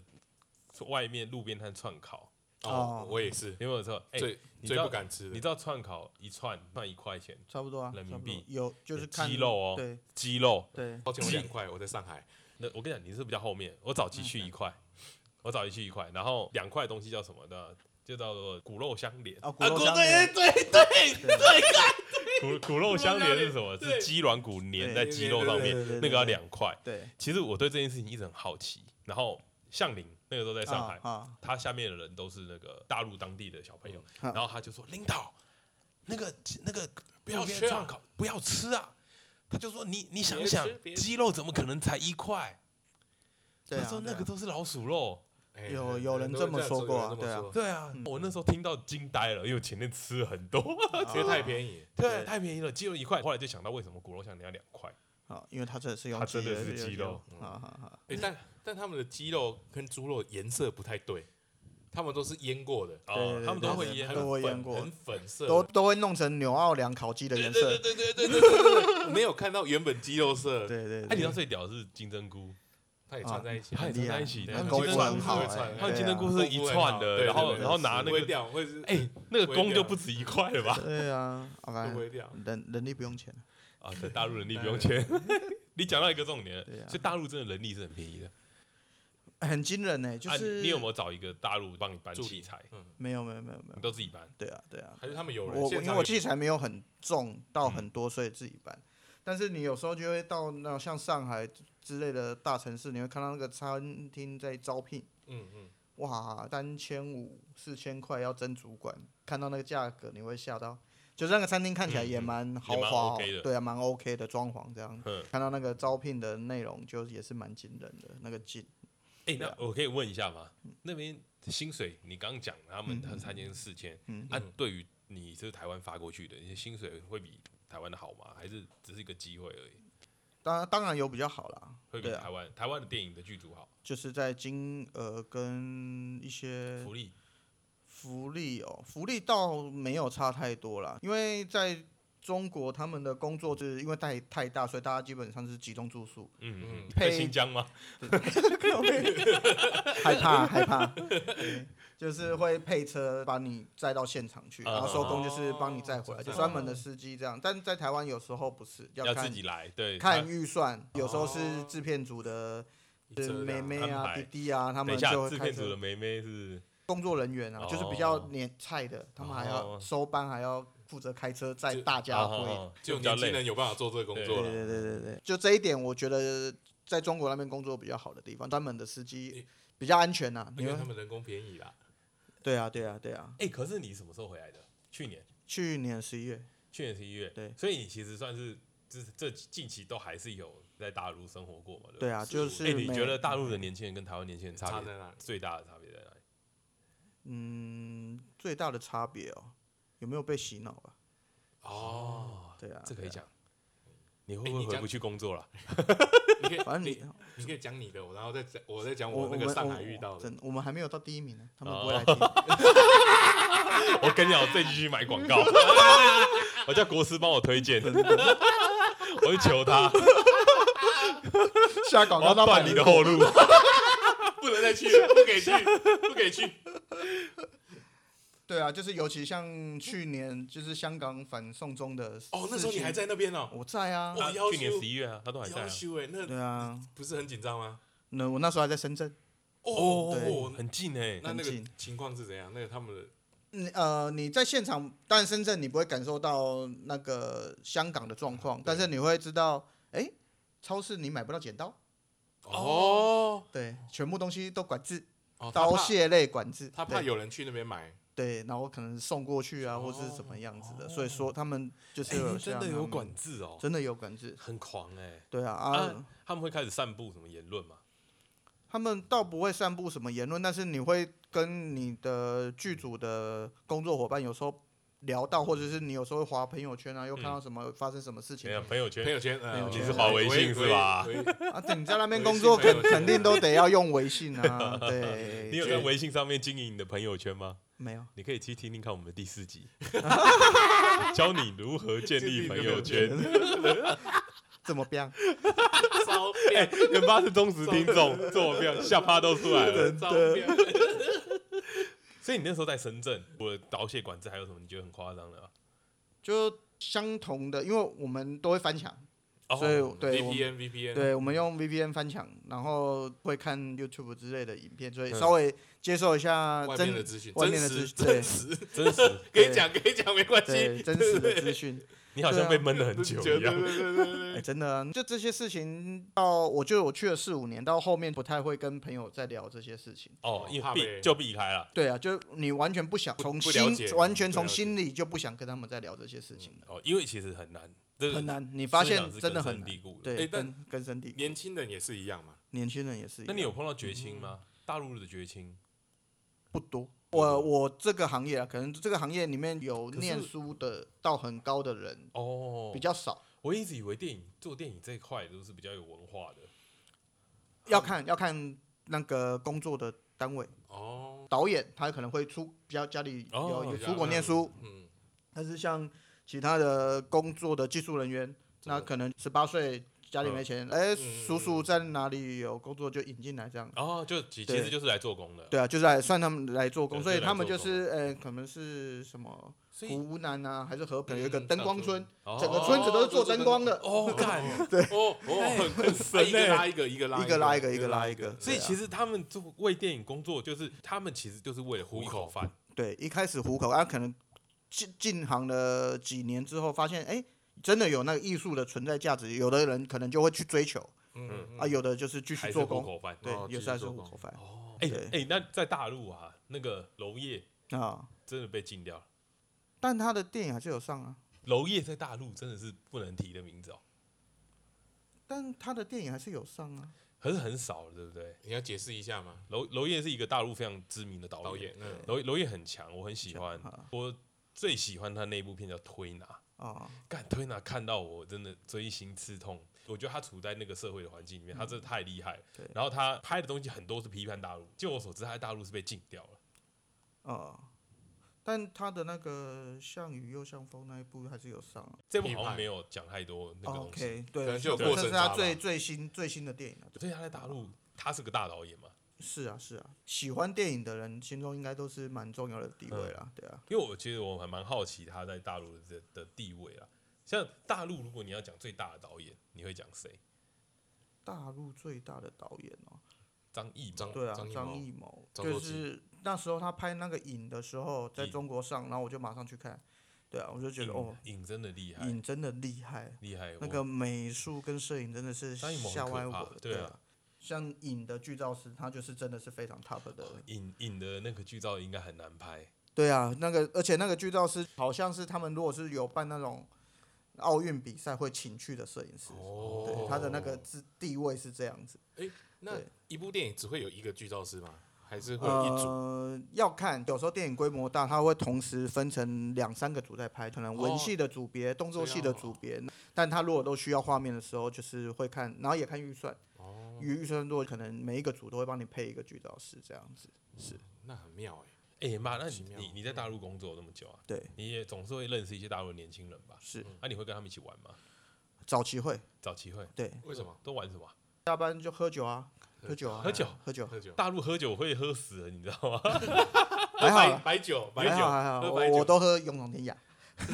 Speaker 2: 外面路边摊串烤，
Speaker 1: 哦
Speaker 4: 哦，我也是，
Speaker 2: 有没有错？哎、
Speaker 4: 最
Speaker 2: 你知
Speaker 4: 最
Speaker 2: 道
Speaker 4: 不敢吃
Speaker 2: 你知
Speaker 4: 的。
Speaker 2: 道串烤一串卖一块钱，
Speaker 1: 差不多啊，
Speaker 2: 人
Speaker 1: 差不
Speaker 2: 民
Speaker 1: 多
Speaker 2: 币
Speaker 1: 有就是看
Speaker 2: 鸡肉哦
Speaker 1: 对
Speaker 2: 鸡肉，
Speaker 1: 对，哦
Speaker 4: 抱歉，我两块，我在上海。
Speaker 2: 那我跟你讲，你是比较后面，我早期去一块，我早期去一块，然后两块东西叫什么的？就叫做骨肉相连，
Speaker 1: 啊，骨
Speaker 4: 啊，
Speaker 1: 肉
Speaker 4: 对
Speaker 1: 相
Speaker 4: 对
Speaker 1: 连，
Speaker 4: 对对对，
Speaker 2: 骨骨肉相连是什么？
Speaker 4: 对
Speaker 2: 是鸡软骨粘在鸡肉上
Speaker 4: 对
Speaker 2: 面
Speaker 1: 对对对，
Speaker 2: 那个要
Speaker 1: 对
Speaker 2: 两块。
Speaker 1: 对，
Speaker 2: 其实我对这件事情一直很好奇。然后向林那个时候在上海，
Speaker 1: 啊啊，
Speaker 2: 他下面的人都是那个大陆当地的小朋友，
Speaker 1: 嗯
Speaker 2: 然后他就说：“领导，那个那个不
Speaker 4: 要
Speaker 2: 要
Speaker 4: 吃啊
Speaker 2: 串烤，不要吃啊！”他就说：“你你想
Speaker 4: 别
Speaker 2: 想
Speaker 4: 吃，别吃
Speaker 2: 鸡肉怎么可能才一块？”
Speaker 1: 对啊
Speaker 2: 他说：“那个
Speaker 1: 对啊
Speaker 2: 都是老鼠肉。
Speaker 4: 哎
Speaker 1: 有有人这么说过啊对啊，
Speaker 4: 有人这样有人这么”说
Speaker 2: 对啊，我那时候听到惊呆了，因为我前面吃了 很多，
Speaker 4: 因
Speaker 1: 啊
Speaker 4: 为太便宜。
Speaker 2: 对，太便宜了，鸡肉一块。后来就想到为什么骨肉像你要两块，
Speaker 1: 啊，因为它真的是
Speaker 2: 它
Speaker 1: 用
Speaker 2: 真的是
Speaker 1: 这个
Speaker 2: 鸡肉嗯
Speaker 1: 啊啊啊，
Speaker 4: 哎，但但他们的鸡肉跟猪肉颜色不太对，他们都是腌过的，
Speaker 1: 对
Speaker 2: 哦
Speaker 1: 对，
Speaker 2: 他们都
Speaker 1: 对
Speaker 2: 会
Speaker 1: 对
Speaker 2: 腌
Speaker 1: 对。都会腌
Speaker 4: 很
Speaker 1: 过
Speaker 4: 粉很粉色，
Speaker 1: 都都会弄成纽奥良烤鸡的颜色，
Speaker 4: 对对对对对， 没有看到原本鸡肉色，
Speaker 1: 对对，
Speaker 2: 哎，你
Speaker 1: 对
Speaker 2: 知道最屌的是金针菇，
Speaker 4: 它也串在一起，
Speaker 2: 它也
Speaker 1: 厉
Speaker 2: 在
Speaker 1: 害
Speaker 2: 一起，
Speaker 4: 对
Speaker 2: 他们
Speaker 4: 它
Speaker 2: 金
Speaker 4: 们
Speaker 2: 针
Speaker 4: 会
Speaker 2: 菇
Speaker 1: 很
Speaker 4: 串
Speaker 1: 好
Speaker 4: 会
Speaker 1: 哎
Speaker 4: 串
Speaker 2: 他们金
Speaker 1: 对
Speaker 2: 针
Speaker 1: 啊
Speaker 2: 菇是一串的，
Speaker 4: 对
Speaker 2: 然后
Speaker 4: 对对
Speaker 2: 然后拿那
Speaker 4: 不会
Speaker 2: 个，
Speaker 4: 掉，会是
Speaker 2: 哎，那个
Speaker 4: 不会
Speaker 2: 弓就
Speaker 4: 掉
Speaker 2: 不止一块了吧？
Speaker 1: 对啊
Speaker 4: 会不
Speaker 1: ，OK，
Speaker 4: 会掉？
Speaker 1: 人人力不用钱，
Speaker 2: 啊，对，大陆人力不用钱。 你讲到一个重点了
Speaker 1: 对，啊
Speaker 2: 所以大陆真的人力是很便宜的。
Speaker 1: 很惊人哎呢，就
Speaker 2: 啊
Speaker 1: 是
Speaker 2: 你你有没有找一个大陆帮你搬
Speaker 4: 助理
Speaker 2: 器材？
Speaker 4: 嗯，
Speaker 1: 没有没有没有没
Speaker 2: 你
Speaker 1: 有，
Speaker 2: 都自己搬？
Speaker 1: 对啊对啊，
Speaker 4: 还是他们有人
Speaker 1: 我
Speaker 4: 现
Speaker 1: 因为
Speaker 4: 场
Speaker 1: 我
Speaker 4: 有
Speaker 1: 器材没有很重到
Speaker 2: 嗯
Speaker 1: 很多，所以自己搬。但是你有时候就会到那种像上海之类的大城市，你会看到那个餐厅在招聘，
Speaker 4: 嗯嗯，
Speaker 1: 哇，三千五、四千块要争主管，看到那个价格你会吓到。就是那个餐厅看起来也蛮豪
Speaker 2: 嗯也蛮
Speaker 1: 华、哦
Speaker 2: OK 的
Speaker 1: 对啊，蛮 OK 的装潢这样。
Speaker 2: 嗯
Speaker 1: 看到那个招聘的内容，就也是蛮惊人的那个劲。对
Speaker 2: 哎，那
Speaker 1: 啊嗯
Speaker 2: 我可以问一下吗？那边薪水，你刚刚讲他们他三千四千，
Speaker 1: 嗯
Speaker 2: 啊，对于你这台湾发过去的，你的薪水会比台湾的好吗？还是只是一个机会而已？
Speaker 1: 当然，当然有比较好啦，
Speaker 2: 会比
Speaker 1: 对
Speaker 2: 台
Speaker 1: 啊，
Speaker 2: 湾台湾的电影的剧组好？
Speaker 1: 就是在金额跟一些
Speaker 2: 福利
Speaker 1: 福利哦，福利倒没有差太多啦，因为在中国他们的工作就是因为太太大，所以大家基本上是集中住宿，
Speaker 2: 嗯嗯，
Speaker 1: 配
Speaker 2: 在新疆吗？
Speaker 1: 害怕害怕，对就是会配车把你载到现场去，
Speaker 2: 啊
Speaker 1: 然后收工就是帮你载回来，
Speaker 4: 哦
Speaker 1: 就专门的司机这样。但在台湾有时候不是，
Speaker 2: 要自
Speaker 1: 看
Speaker 2: 己来，对，啊
Speaker 1: 看
Speaker 2: 他
Speaker 1: 预算，有时候是
Speaker 4: 哦
Speaker 1: 制片组的
Speaker 4: 一车
Speaker 1: 是妹
Speaker 4: 辆
Speaker 1: 妹
Speaker 2: 哦安
Speaker 1: 啊、
Speaker 2: 排
Speaker 1: 弟弟啊，他
Speaker 2: 等
Speaker 1: 们
Speaker 2: 一下
Speaker 1: 就会
Speaker 2: 制
Speaker 1: 开
Speaker 2: 片组的
Speaker 1: 车。
Speaker 2: 妹妹是
Speaker 1: 工作人员啊，就是比较
Speaker 2: 哦
Speaker 1: 年菜的，他们还
Speaker 2: 哦
Speaker 1: 要收班，还要负责开车载
Speaker 4: 就啊
Speaker 1: 大家回
Speaker 2: 哦
Speaker 4: 就
Speaker 2: 比较
Speaker 4: 年轻人
Speaker 2: 累，
Speaker 4: 有办法做这个工作
Speaker 1: 对
Speaker 4: 了。
Speaker 1: 对对对对，就这一点，我觉得在中国那边工作比较好的地方，专门的司机比较安全呐、你
Speaker 4: 因为他
Speaker 1: 们
Speaker 4: 们人工便宜啦。
Speaker 1: 对啊，对啊，对啊。
Speaker 2: 哎，可是你什么时候回来的？去年，
Speaker 1: 去年十一月，
Speaker 2: 去年十一月，
Speaker 1: 对
Speaker 2: 所以你其实算是这这近期都还是有在大陆生活过嘛？对不
Speaker 1: 对啊，就
Speaker 2: 哎，
Speaker 1: 是
Speaker 2: 你
Speaker 1: 每
Speaker 2: 觉得大陆的年轻人跟台湾年轻人差
Speaker 4: 差
Speaker 2: 别
Speaker 4: 在哪里？
Speaker 2: 最大的差别在哪里？
Speaker 1: 嗯最大的差别哦，有没有被洗脑吧？
Speaker 4: 哦，
Speaker 1: 对啊，
Speaker 2: 这可
Speaker 1: 对
Speaker 2: 以
Speaker 1: 啊。
Speaker 2: 讲。你会
Speaker 4: 哎
Speaker 2: 不
Speaker 4: 你
Speaker 2: 会
Speaker 4: 这
Speaker 2: 回
Speaker 4: 样
Speaker 2: 不去工作了？
Speaker 4: 你可以，
Speaker 1: 反正
Speaker 4: 你
Speaker 1: 你
Speaker 4: 你可以讲你的，我然后再讲，我再讲
Speaker 1: 我
Speaker 4: 那
Speaker 1: 我
Speaker 4: 个
Speaker 1: 们
Speaker 4: 上
Speaker 1: 我
Speaker 4: 海遇到的。
Speaker 1: 真我们还没有到第一名呢，他们
Speaker 2: 哦
Speaker 1: 不会来听。
Speaker 2: 我跟你讲，我最近去买 广告，我叫国师帮我推荐， 我去求他，
Speaker 1: 下广
Speaker 2: 我
Speaker 1: 告
Speaker 2: 要
Speaker 1: 到
Speaker 2: 断你的后路。
Speaker 4: 不能再去了，不给
Speaker 2: 啊
Speaker 4: 去，不给去。
Speaker 1: 对啊，就是尤其像去年就是香港反送中的
Speaker 4: 哦，那时候
Speaker 1: 事
Speaker 4: 你
Speaker 1: 情
Speaker 4: 还，在那边哦，
Speaker 1: 我在啊，
Speaker 4: 哇
Speaker 2: 啊
Speaker 4: 要
Speaker 2: 去年
Speaker 4: 求
Speaker 2: 十一月啊，他都还在
Speaker 4: 要
Speaker 2: 啊，
Speaker 4: 修哎，那
Speaker 1: 对啊，
Speaker 4: 不是很紧张吗？
Speaker 1: 那我那时候还在深圳。
Speaker 4: 哦，
Speaker 2: 很近哎。
Speaker 4: 那
Speaker 1: 很
Speaker 4: 那个
Speaker 1: 近
Speaker 4: 情况是怎样？那个他们的
Speaker 1: 嗯呃，你在现场，当然深圳你不会感受到那个香港的状况，但是你会知道，哎、超市你买不到剪刀，
Speaker 4: 哦
Speaker 1: 对，全部东西都管制，
Speaker 4: 哦，他
Speaker 1: 刀
Speaker 4: 怕
Speaker 1: 械类管制，
Speaker 4: 他怕
Speaker 1: 对
Speaker 4: 有人去那边买，
Speaker 1: 对，然后可能送过去啊，或是怎么样子的，所以说他啊们就是有、
Speaker 2: 哎真的有管，制哦，
Speaker 1: 真的有管制，
Speaker 2: 很狂哎。
Speaker 1: 对啊啊。
Speaker 2: 啊，他们会开始散布什么言论嘛？
Speaker 1: 他们倒不会散布什么言论，但是你会跟你的剧组的工作伙伴有时候聊到，或者是你有时候会划朋友
Speaker 4: 嗯
Speaker 1: 圈啊，又看到什么发生什么事情啊
Speaker 2: 没有朋友圈
Speaker 4: 朋，友圈，呃
Speaker 1: 朋友圈你是
Speaker 2: 华为信是吧？
Speaker 4: 微微微
Speaker 1: 啊，等你在那边
Speaker 4: 微
Speaker 1: 工
Speaker 4: 信
Speaker 1: 作，
Speaker 4: 朋友
Speaker 1: 肯
Speaker 4: 圈
Speaker 1: 肯定都得 要用微信啊。对，
Speaker 2: 你有
Speaker 1: 就
Speaker 2: 在微信上面经营你的朋友圈吗？
Speaker 1: 没有？
Speaker 2: 你可以去听听看我们的第 四集，教你如何建立朋友圈。
Speaker 1: 怎么变？
Speaker 4: 招
Speaker 2: 哎
Speaker 4: 标，
Speaker 2: 元八是忠实听众， 这么不要下巴都出来了。
Speaker 4: 招标。
Speaker 2: 所以你那时候在深圳，我导血管制还有什么你觉得很夸张的吗？
Speaker 1: 就相同的，因为我们都会翻墙，
Speaker 2: 哦
Speaker 1: 所以对我们
Speaker 4: VPN VPN，
Speaker 1: 对，我们用 VPN 翻墙，然后会看 YouTube 之类的影片，所以
Speaker 2: 嗯
Speaker 1: 稍微接受一下
Speaker 4: 外面的
Speaker 1: 真
Speaker 4: 资讯，
Speaker 1: 外面的
Speaker 4: 真实
Speaker 1: 资对
Speaker 4: 真实，
Speaker 2: 真实，
Speaker 4: 可以讲可以讲没关系
Speaker 1: 对，真实的资讯。
Speaker 2: 你好像被闷了很久
Speaker 4: 对
Speaker 2: 一
Speaker 4: 对
Speaker 2: 样。
Speaker 4: 对对对对
Speaker 1: 哎，真的啊，就这些事情到我觉得我去了四五年，到后面不太会跟朋友再聊这些事情。
Speaker 2: 哦，因为
Speaker 4: 怕
Speaker 2: 避
Speaker 4: 被
Speaker 2: 就避开了。
Speaker 1: 对啊，就你完全不想从
Speaker 4: 不了
Speaker 1: 心
Speaker 4: 解，
Speaker 1: 完全
Speaker 4: 不
Speaker 1: 从
Speaker 4: 了解
Speaker 1: 心里就不想跟他们再聊这些事情了，
Speaker 2: 哦，因为其实很难，这个
Speaker 1: 很难。你发
Speaker 2: 思
Speaker 1: 现
Speaker 2: 嗯想是
Speaker 1: 真的
Speaker 2: 根深
Speaker 1: 很难。
Speaker 2: 蒂固的。
Speaker 1: 对，
Speaker 4: 哎但
Speaker 1: 根根深蒂固。
Speaker 4: 年轻人也是一样嘛，
Speaker 1: 年轻人也是一样。
Speaker 2: 那你有碰到绝亲吗？大陆的绝亲？
Speaker 1: 不多？
Speaker 2: 不多
Speaker 1: 我我这个行业啊，可能这个行业里面有
Speaker 2: 可是
Speaker 1: 念书的到很高的人
Speaker 2: 哦
Speaker 1: 比，较少，
Speaker 2: 我一直以为电影做电影这一块都是比较有文化的。
Speaker 1: 要看要看那个工作的单位，
Speaker 4: 哦，
Speaker 1: 导演他可能会出比较家里
Speaker 2: 哦
Speaker 1: 有有
Speaker 2: 有
Speaker 1: 出国念书，
Speaker 4: 嗯，
Speaker 1: 但是像其他的工作的技术人员，那可能十八岁家里没钱，哎，
Speaker 4: 嗯
Speaker 1: 叔叔在哪里有工作就引进来这样。
Speaker 2: 哦，就其其
Speaker 1: 对
Speaker 2: 实就是来做工的。
Speaker 1: 对啊，就是来算他们来做工，
Speaker 2: 对
Speaker 1: 所以
Speaker 2: 就来
Speaker 1: 他们
Speaker 2: 做
Speaker 1: 就
Speaker 2: 工
Speaker 1: 是呃，可能是什么
Speaker 2: 所以
Speaker 1: 湖南啊，还是河北有一个
Speaker 4: 嗯
Speaker 1: 灯
Speaker 4: 大
Speaker 1: 光
Speaker 4: 村
Speaker 1: 村，
Speaker 2: 哦
Speaker 1: 整个村子都是做灯光的，
Speaker 2: 哦，干。
Speaker 1: 啊
Speaker 4: 对，哦
Speaker 1: 哎
Speaker 4: 哦，很很
Speaker 2: 神
Speaker 4: 一个
Speaker 2: 欸
Speaker 4: 拉一个，一个拉
Speaker 1: 一个拉一个，
Speaker 4: 一
Speaker 1: 一个拉一
Speaker 4: 一
Speaker 1: 个。
Speaker 2: 所以
Speaker 1: 对啊
Speaker 2: 其实他们做为电影工作，就是他们其实就是为了糊一口饭。
Speaker 1: 对一开始糊口，啊，可能进进行了几年之后，发现哎、诶真的有那个艺术的存在价值，有的人可能就会去追求
Speaker 4: 嗯嗯
Speaker 1: 啊，有的就是继续
Speaker 2: 还是
Speaker 1: 做
Speaker 2: 糊
Speaker 1: 工，
Speaker 2: 口饭。
Speaker 1: 对
Speaker 4: 哦，
Speaker 1: 有
Speaker 4: 继续
Speaker 1: 时候还是
Speaker 4: 做
Speaker 1: 糊
Speaker 4: 工
Speaker 1: 口饭
Speaker 2: 哦，哎、
Speaker 1: 对
Speaker 2: 哎、那在大陆啊，那个娄烨
Speaker 1: 啊。
Speaker 2: 真的被禁掉了。
Speaker 1: 但他的电影还是有上啊，
Speaker 2: 娄烨在大陆真的是不能提的名字哦，
Speaker 1: 但他的电影还是有上啊。
Speaker 2: 可是很少了，对不对？
Speaker 4: 你要解释一下吗？
Speaker 2: 娄娄烨是一个大陆非常知名的导
Speaker 4: 导
Speaker 2: 演
Speaker 4: 演，，嗯，
Speaker 2: 娄娄烨很强，我很喜欢
Speaker 1: 强啊，
Speaker 2: 我最喜欢他那部片叫《推拿》。
Speaker 1: 啊，
Speaker 2: 干推拿看到我真的锥心刺痛，我觉得他处在那个社会的环境里面，他真的太厉害了。
Speaker 1: 嗯对
Speaker 2: 然后他拍的东西很多是批判大陆，据我所知，他在大陆是被禁掉了。
Speaker 1: 哦，但他的那个像雨又像风那一部还是有上啊、
Speaker 2: 这部好像没有讲太多那个东
Speaker 1: 哦
Speaker 2: 西。
Speaker 1: OK，对，
Speaker 4: 可能就有
Speaker 1: 这
Speaker 4: 过
Speaker 1: 这
Speaker 4: 审
Speaker 1: 是
Speaker 4: 查
Speaker 1: 他
Speaker 4: 吧
Speaker 1: 最最新最新的电影了、
Speaker 2: 对，他在大陆，他是个大导演嘛。
Speaker 1: 是啊，是啊，喜欢电影的人心中应该都是蛮重要的地
Speaker 4: 嗯
Speaker 1: 位啦，对啊，
Speaker 2: 因为我其实我还蛮好奇他在大陆的这的地位啊。像大陆，如果你要讲最大的导演，你会讲谁？
Speaker 1: 大陆最大的导演哦、
Speaker 2: 哦张译嘛，
Speaker 4: 张
Speaker 1: 对啊，
Speaker 4: 张艺
Speaker 1: 张
Speaker 4: 谋
Speaker 1: 艺谋，
Speaker 4: 张
Speaker 1: 就
Speaker 4: 作骥
Speaker 1: 是那时候他拍那个影的时候，在
Speaker 2: 影
Speaker 1: 中国上，然后我就马上去看，对啊，我就觉得哦，
Speaker 2: 影真的厉害，
Speaker 1: 影真的厉害，
Speaker 2: 厉害。
Speaker 1: 那个美术跟摄影真的是
Speaker 2: 张艺谋很
Speaker 1: 吓
Speaker 2: 可
Speaker 1: 歪我
Speaker 2: 怕
Speaker 1: 了，
Speaker 2: 对啊
Speaker 1: 啊。像影的剧照师，他就是真的是非常 top 的，
Speaker 2: 我影影的那个剧照应该很难拍，
Speaker 1: 对啊，那个而且那个剧照师好像是他们如果是有办那种奥运比赛会请去的摄影师，
Speaker 4: 哦
Speaker 1: 对他的那个自地位是这样子。
Speaker 4: 那
Speaker 1: 对
Speaker 4: 一部电影只会有一个剧照师吗？还是会有一组？
Speaker 1: 呃，要看，有时候电影规模大，它会同时分成两三个组在拍，可能文
Speaker 4: 哦
Speaker 1: 戏的组别、动作
Speaker 4: 这
Speaker 1: 戏的
Speaker 4: 样
Speaker 1: 组
Speaker 4: 哦
Speaker 1: 别。但它如果都需要画面的时候，就是会看，然后也看预算。
Speaker 4: 哦，
Speaker 1: 预预算多，可能每一个组都会帮你配一个剧照师这样子。
Speaker 4: 那很妙哎。
Speaker 2: 哎妈，那
Speaker 4: 奇
Speaker 2: 你
Speaker 4: 妙嗯
Speaker 2: 你你在大陆工作那么久啊，
Speaker 1: 对，
Speaker 2: 你也总是会认识一些大陆的年轻人吧？
Speaker 1: 是
Speaker 2: 啊，你会跟他们一起玩吗？
Speaker 1: 早期会，
Speaker 2: 找机会
Speaker 1: 对，
Speaker 4: 为什么？
Speaker 2: 都玩什么啊？
Speaker 1: 下班就喝酒啊，喝酒啊，
Speaker 2: 喝酒
Speaker 1: 喝酒，
Speaker 4: 喝酒？
Speaker 2: 大陆喝酒会喝死人，你知道吗？
Speaker 1: 还好
Speaker 4: 白
Speaker 1: 啦
Speaker 4: 白酒，白
Speaker 1: 还好啊
Speaker 4: 酒，
Speaker 1: 还好，
Speaker 4: 喝
Speaker 1: 我
Speaker 4: 白酒
Speaker 1: 我都喝勇闯天涯，